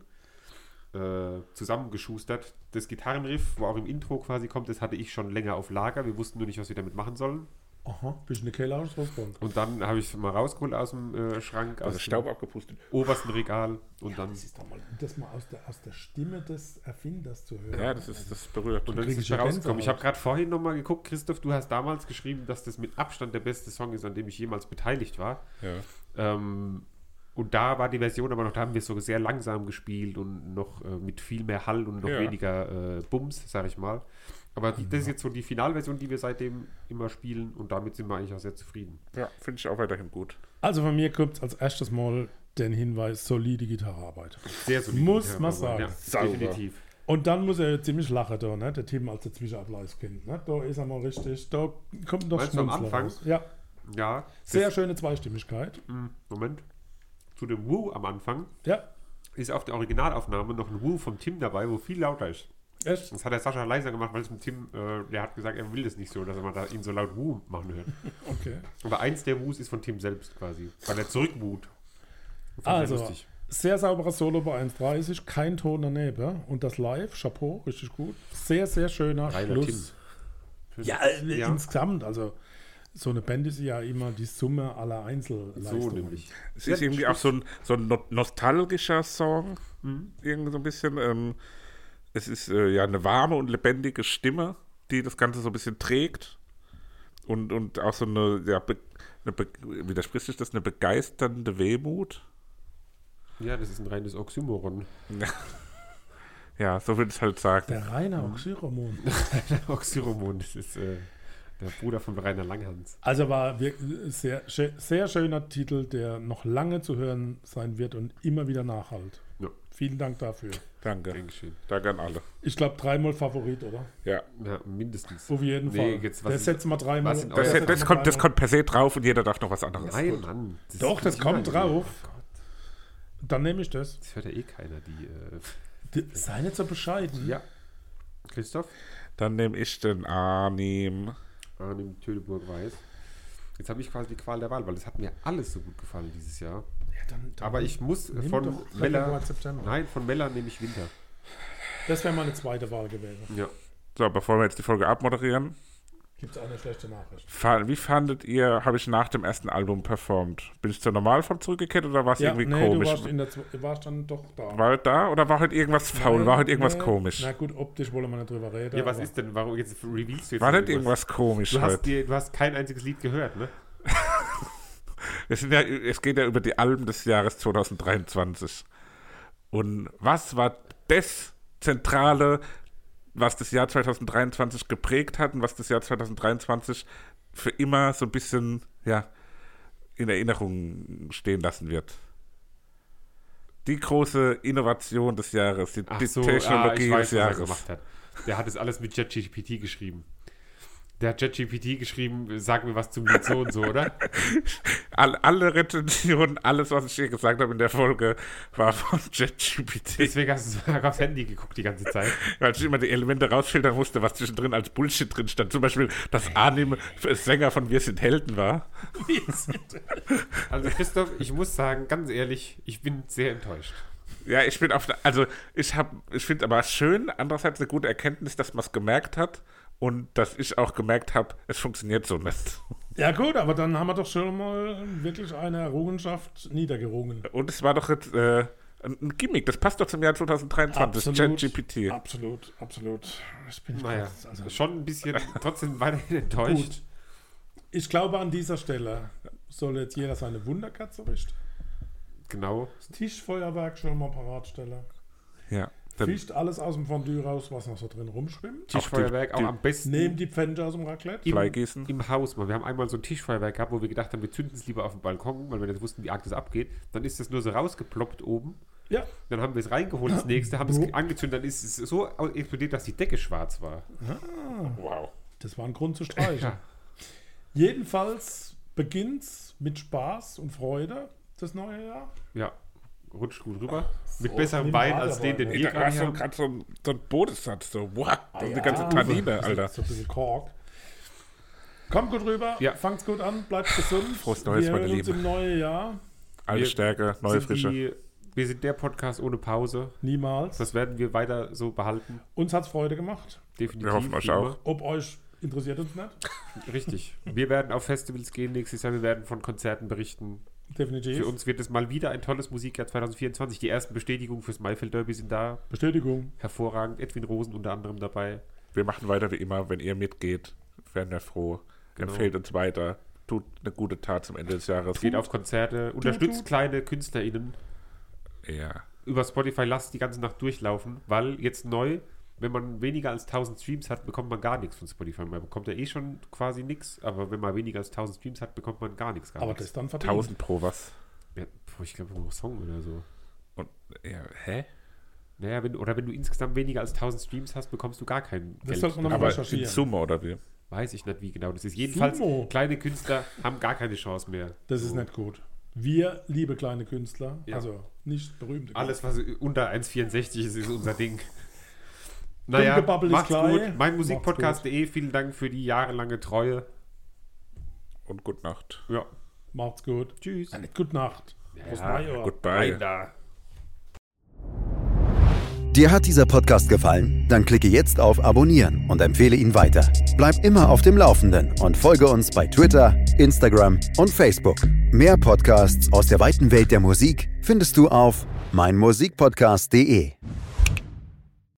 [SPEAKER 3] äh, zusammengeschustert. Das Gitarrenriff, wo auch im Intro quasi kommt, das hatte ich schon länger auf Lager. Wir wussten nur nicht, was wir damit machen sollen.
[SPEAKER 2] Aha, bist in der Keller rausgekommen.
[SPEAKER 3] Und dann habe ich es mal rausgeholt aus dem äh, Schrank,
[SPEAKER 1] Also
[SPEAKER 3] aus
[SPEAKER 1] Staub
[SPEAKER 3] dem
[SPEAKER 1] abgepustet.
[SPEAKER 3] obersten Regal. Und dann,
[SPEAKER 2] Das ist doch mal, das mal aus der, aus der Stimme des Erfinders zu hören.
[SPEAKER 1] Ja, das ist das berührt.
[SPEAKER 3] und dann
[SPEAKER 2] krieg
[SPEAKER 3] ist
[SPEAKER 2] ich ja
[SPEAKER 3] es rausgekommen. Ich habe
[SPEAKER 2] Gänsehaut.
[SPEAKER 3] gerade vorhin nochmal geguckt, Christoph, du hast damals geschrieben, dass das mit Abstand der beste Song ist, an dem ich jemals beteiligt war.
[SPEAKER 1] ja.
[SPEAKER 3] Ähm, und da war die Version aber noch, da haben wir es so sehr langsam gespielt und noch äh, mit viel mehr Hall und noch
[SPEAKER 1] Ja.
[SPEAKER 3] weniger äh, Bums, sag ich mal. Aber die, das ist jetzt so die Finalversion, die wir seitdem immer spielen und damit sind wir eigentlich auch sehr zufrieden.
[SPEAKER 1] ja finde ich auch weiterhin gut.
[SPEAKER 2] Also von mir kommt als erstes Mal den Hinweis, solide Gitarrearbeit.
[SPEAKER 3] Sehr solide.
[SPEAKER 2] Muss
[SPEAKER 3] Gitarre,
[SPEAKER 2] man
[SPEAKER 3] aber-
[SPEAKER 2] sagen.
[SPEAKER 1] Sauber.
[SPEAKER 3] definitiv.
[SPEAKER 2] Und dann muss er ziemlich lachen da, ne? Der Tim als der Zwischenableißkind, ne? Da ist er mal richtig, da kommt noch
[SPEAKER 3] Meinst du am
[SPEAKER 2] Schmunzler
[SPEAKER 3] Anfang?
[SPEAKER 2] raus. Ja,
[SPEAKER 3] Ja.
[SPEAKER 2] sehr
[SPEAKER 3] das-
[SPEAKER 2] schöne Zweistimmigkeit.
[SPEAKER 3] mh, Moment. Zu dem Woo am Anfang
[SPEAKER 2] Ja,
[SPEAKER 3] ist auf der Originalaufnahme noch ein Woo vom Tim dabei, wo viel lauter ist.
[SPEAKER 2] echt.
[SPEAKER 3] Das hat der Sascha leiser gemacht, weil es mit Tim, äh, der hat gesagt, er will das nicht so, dass man da ihn so laut Woo machen hört.
[SPEAKER 2] Okay.
[SPEAKER 3] Aber eins der Woos ist von Tim selbst quasi, weil er zurückwut. Fand ich
[SPEAKER 2] Also.
[SPEAKER 3] sehr lustig.
[SPEAKER 2] Sehr sauberes Solo bei 1,30, kein Ton daneben. ja. Und das Live, Chapeau, richtig gut. Sehr, sehr schöner
[SPEAKER 3] Reiner
[SPEAKER 2] Schluss.
[SPEAKER 3] Tim.
[SPEAKER 2] Ja, äh, insgesamt, also so eine Band ist ja immer die Summe aller
[SPEAKER 3] so
[SPEAKER 2] Einzelleistungen.
[SPEAKER 3] nämlich.
[SPEAKER 1] Es ist irgendwie auch so ein, so ein no- nostalgischer Song, irgendwie so ein bisschen. Ähm, es ist äh, ja eine warme und lebendige Stimme, die das Ganze so ein bisschen trägt. Und, und auch so eine, ja, be, eine be, widerspricht sich das, eine begeisternde Wehmut.
[SPEAKER 3] Ja, das ist ein reines Oxymoron.
[SPEAKER 1] Ja, so würde ich halt sagen.
[SPEAKER 2] Der Rainer Oxyromon.
[SPEAKER 3] Oxyromon, das ist äh, der Bruder von Rainer Langhans.
[SPEAKER 2] Also war wirklich sehr, schö- sehr schöner Titel, der noch lange zu hören sein wird und immer wieder nachhalt.
[SPEAKER 3] Ja,
[SPEAKER 2] Vielen Dank dafür.
[SPEAKER 1] Danke.
[SPEAKER 3] Dankeschön.
[SPEAKER 1] Danke an alle.
[SPEAKER 2] Ich glaube, dreimal Favorit, oder?
[SPEAKER 1] Ja.
[SPEAKER 3] Ja, mindestens.
[SPEAKER 2] Auf jeden
[SPEAKER 3] Nee,
[SPEAKER 2] Fall.
[SPEAKER 3] jetzt, was
[SPEAKER 2] das
[SPEAKER 3] ist-
[SPEAKER 2] setzen wir dreimal.
[SPEAKER 3] was in
[SPEAKER 1] Das,
[SPEAKER 3] Ja,
[SPEAKER 2] setzen
[SPEAKER 1] das,
[SPEAKER 2] wir
[SPEAKER 1] kommt, das
[SPEAKER 2] dreimal.
[SPEAKER 1] kommt per se drauf und jeder darf noch was anderes.
[SPEAKER 3] Nein, Mann. das
[SPEAKER 2] Doch, das
[SPEAKER 3] hört
[SPEAKER 2] kommt
[SPEAKER 3] jeder.
[SPEAKER 2] drauf. Dann nehme ich das.
[SPEAKER 3] Oh Das hört ja eh keiner, die. Äh,
[SPEAKER 2] Die- Sei nicht so bescheiden.
[SPEAKER 3] ja. Christoph?
[SPEAKER 1] Dann nehme ich den Arnim.
[SPEAKER 3] an dem Tödeburg Weiß. Jetzt habe ich quasi die Qual der Wahl, weil es hat mir alles so gut gefallen dieses Jahr.
[SPEAKER 2] Ja, dann, dann
[SPEAKER 3] Aber ich muss
[SPEAKER 2] nimm
[SPEAKER 3] von
[SPEAKER 2] doch
[SPEAKER 3] Mella.
[SPEAKER 2] Februar, September.
[SPEAKER 3] Nein, von Mella nehme ich Winter.
[SPEAKER 2] Das wäre meine zweite Wahl gewesen.
[SPEAKER 3] Ja.
[SPEAKER 1] So, bevor wir jetzt die Folge abmoderieren,
[SPEAKER 2] Gibt es eine schlechte Nachricht?
[SPEAKER 1] Fa- Wie fandet ihr, habe ich nach dem ersten Album performt? Bin ich zur Normalform zurückgekehrt oder war es irgendwie
[SPEAKER 2] du
[SPEAKER 1] komisch?
[SPEAKER 2] warst, in der, Zwe- warst dann doch da.
[SPEAKER 1] War halt da oder war halt irgendwas faul? war halt irgendwas
[SPEAKER 2] Nee.
[SPEAKER 1] komisch?
[SPEAKER 2] Na gut, optisch wollen wir nicht drüber reden.
[SPEAKER 3] Ja, was
[SPEAKER 2] aber-
[SPEAKER 3] ist denn? Warum jetzt revealst du jetzt?
[SPEAKER 1] war halt irgendwas komisch
[SPEAKER 3] Du hast,
[SPEAKER 1] halt?
[SPEAKER 3] dir, du hast kein einziges Lied gehört, ne?
[SPEAKER 1] Es, sind ja, es geht ja über die Alben des Jahres 2023. Und was war das Zentrale, was das Jahr 2023 geprägt hat und was das Jahr 2023 für immer so ein bisschen ja, in Erinnerung stehen lassen wird? Die große Innovation des Jahres, die, die
[SPEAKER 3] ah,
[SPEAKER 1] Technologie des Jahres.
[SPEAKER 3] gemacht hat. Der hat es alles mit ChatGPT geschrieben. Der hat ChatGPT geschrieben, sag mir was zum Lied so und so, oder?
[SPEAKER 1] All, alle Rezensionen, alles, was ich hier gesagt habe in der Folge, war von ChatGPT.
[SPEAKER 3] Deswegen hast du sogar aufs Handy geguckt die ganze Zeit.
[SPEAKER 1] Weil ich immer die Elemente rausfiltern musste, was zwischendrin als Bullshit drin stand. Zum Beispiel, dass Arnim Sänger von Wir sind Helden war.
[SPEAKER 3] Also Christoph, ich muss sagen, ganz ehrlich, ich bin sehr enttäuscht.
[SPEAKER 1] Ja, ich bin auf. der- Also, ich habe. Ich finde aber schön, andererseits eine gute Erkenntnis, dass man es gemerkt hat und dass ich auch gemerkt habe, es funktioniert so nicht.
[SPEAKER 2] Ja gut, aber dann haben wir doch schon mal wirklich eine Errungenschaft niedergerungen.
[SPEAKER 1] Und es war doch jetzt. Äh, ein ein Gimmick, das passt doch zum Jahr 2023, ChatGPT.
[SPEAKER 2] Absolut, absolut. Ich bin
[SPEAKER 3] Naja,
[SPEAKER 2] also,
[SPEAKER 3] schon ein bisschen trotzdem weiterhin enttäuscht.
[SPEAKER 2] gut. Ich glaube, an dieser Stelle soll jetzt jeder seine Wunderkatze richten.
[SPEAKER 3] Genau.
[SPEAKER 2] Das Tischfeuerwerk schon mal parat stellen.
[SPEAKER 1] Ja. Dann
[SPEAKER 2] Fischt alles aus dem Fondue raus, was noch so drin rumschwimmt.
[SPEAKER 3] Tischfeuerwerk, auch
[SPEAKER 1] die-
[SPEAKER 3] am besten
[SPEAKER 2] Nehmt die Pfennige aus dem Raclette.
[SPEAKER 1] Bleigießen.
[SPEAKER 3] im Haus mal. Wir haben einmal so ein Tischfeuerwerk gehabt, wo wir gedacht haben, wir zünden es lieber auf dem Balkon, weil wir nicht wussten, wie arg das abgeht. Dann ist das nur so rausgeploppt oben.
[SPEAKER 2] Ja,
[SPEAKER 3] Dann haben wir es reingeholt, das nächste, haben es ge- angezündet, dann ist es so au- explodiert, dass die Decke schwarz war.
[SPEAKER 1] Wow.
[SPEAKER 2] das war ein Grund zu streichen.
[SPEAKER 3] Ja.
[SPEAKER 2] Jedenfalls beginnt's mit Spaß und Freude, das neue Jahr.
[SPEAKER 3] Ja, rutscht gut rüber. Mit
[SPEAKER 2] nimm
[SPEAKER 3] besserem Wein
[SPEAKER 2] Radler
[SPEAKER 3] als den, den
[SPEAKER 2] rein,
[SPEAKER 3] wir
[SPEAKER 1] Da war
[SPEAKER 3] gerade
[SPEAKER 1] so
[SPEAKER 3] haben.
[SPEAKER 1] gerade so, ein- so ein Bodensatz, so, wow,
[SPEAKER 3] Ah,
[SPEAKER 1] eine
[SPEAKER 2] ja.
[SPEAKER 1] ganze Tannine,
[SPEAKER 3] Also,
[SPEAKER 1] Alter.
[SPEAKER 2] So ein bisschen Kork. Kommt gut rüber,
[SPEAKER 3] Ja.
[SPEAKER 2] fangt's gut an, bleibt gesund.
[SPEAKER 1] Frohes Neues,
[SPEAKER 2] Wir
[SPEAKER 1] meine
[SPEAKER 2] hören uns
[SPEAKER 1] Lieben.
[SPEAKER 2] im neuen Jahr.
[SPEAKER 1] Alte
[SPEAKER 3] Wir
[SPEAKER 1] Stärke, neue
[SPEAKER 3] Sind
[SPEAKER 1] Frische.
[SPEAKER 3] die- Wir sind der Podcast ohne Pause.
[SPEAKER 2] Niemals.
[SPEAKER 3] Das werden wir weiter so behalten.
[SPEAKER 2] Uns hat's Freude gemacht.
[SPEAKER 3] Definitiv.
[SPEAKER 1] Wir hoffen, euch
[SPEAKER 3] wie
[SPEAKER 1] auch.
[SPEAKER 2] Ob euch interessiert uns nicht.
[SPEAKER 3] immer. Richtig. Wir werden auf Festivals gehen nächstes Jahr. Wir werden von Konzerten berichten.
[SPEAKER 2] Definitiv.
[SPEAKER 3] Für uns wird es mal wieder ein tolles Musikjahr 2024. Die ersten Bestätigungen fürs Maifeld Derby sind da.
[SPEAKER 2] Bestätigung.
[SPEAKER 3] Hervorragend. Edwin Rosen unter anderem dabei.
[SPEAKER 1] Wir machen weiter wie immer. Wenn ihr mitgeht, wären wir froh.
[SPEAKER 2] Genau.
[SPEAKER 1] Empfehlt uns weiter. Tut eine gute Tat zum Ende des Jahres.
[SPEAKER 3] Geht auf Konzerte. Unterstützt kleine KünstlerInnen.
[SPEAKER 1] Ja.
[SPEAKER 3] Über Spotify lasst die ganze Nacht durchlaufen, weil jetzt neu, wenn man weniger als 1000 Streams hat, bekommt man gar nichts von Spotify. Man bekommt ja eh schon quasi nichts, aber wenn man weniger als 1000 Streams hat, bekommt man gar nichts. Gar
[SPEAKER 2] Aber das
[SPEAKER 3] nichts.
[SPEAKER 2] dann verdient.
[SPEAKER 1] 1000 pro was.
[SPEAKER 3] Ja, boah, ich glaube, ein Song oder so.
[SPEAKER 1] Und, ja, hä?
[SPEAKER 3] Naja, wenn, oder wenn du insgesamt weniger als 1000 Streams hast, bekommst du gar kein
[SPEAKER 2] Das
[SPEAKER 3] Geld.
[SPEAKER 2] sollte man noch
[SPEAKER 1] Aber in
[SPEAKER 2] recherchieren.
[SPEAKER 1] Summe oder wie?
[SPEAKER 3] Weiß ich nicht, wie genau das ist. Jedenfalls,
[SPEAKER 2] Sumo.
[SPEAKER 3] kleine Künstler haben gar keine Chance mehr.
[SPEAKER 2] Das ist nicht gut. Wir, liebe kleine Künstler,
[SPEAKER 3] Ja.
[SPEAKER 2] also nicht berühmte
[SPEAKER 3] Alles, was unter 1,64 ist, ist unser Ding. Naja,
[SPEAKER 2] Dunkelbabbel ist
[SPEAKER 3] macht's
[SPEAKER 2] klein.
[SPEAKER 3] gut. Meinmusikpodcast.de, vielen Dank für die jahrelange Treue.
[SPEAKER 1] Und gute Nacht.
[SPEAKER 3] Ja.
[SPEAKER 2] Macht's gut.
[SPEAKER 3] Tschüss.
[SPEAKER 2] Eine gute Nacht. Prost, Major.
[SPEAKER 1] Goodbye.
[SPEAKER 3] da.
[SPEAKER 4] Dir hat dieser Podcast gefallen? Dann klicke jetzt auf Abonnieren und empfehle ihn weiter. Bleib immer auf dem Laufenden und folge uns bei Twitter, Instagram und Facebook. Mehr Podcasts aus der weiten Welt der Musik findest du auf meinmusikpodcast.de.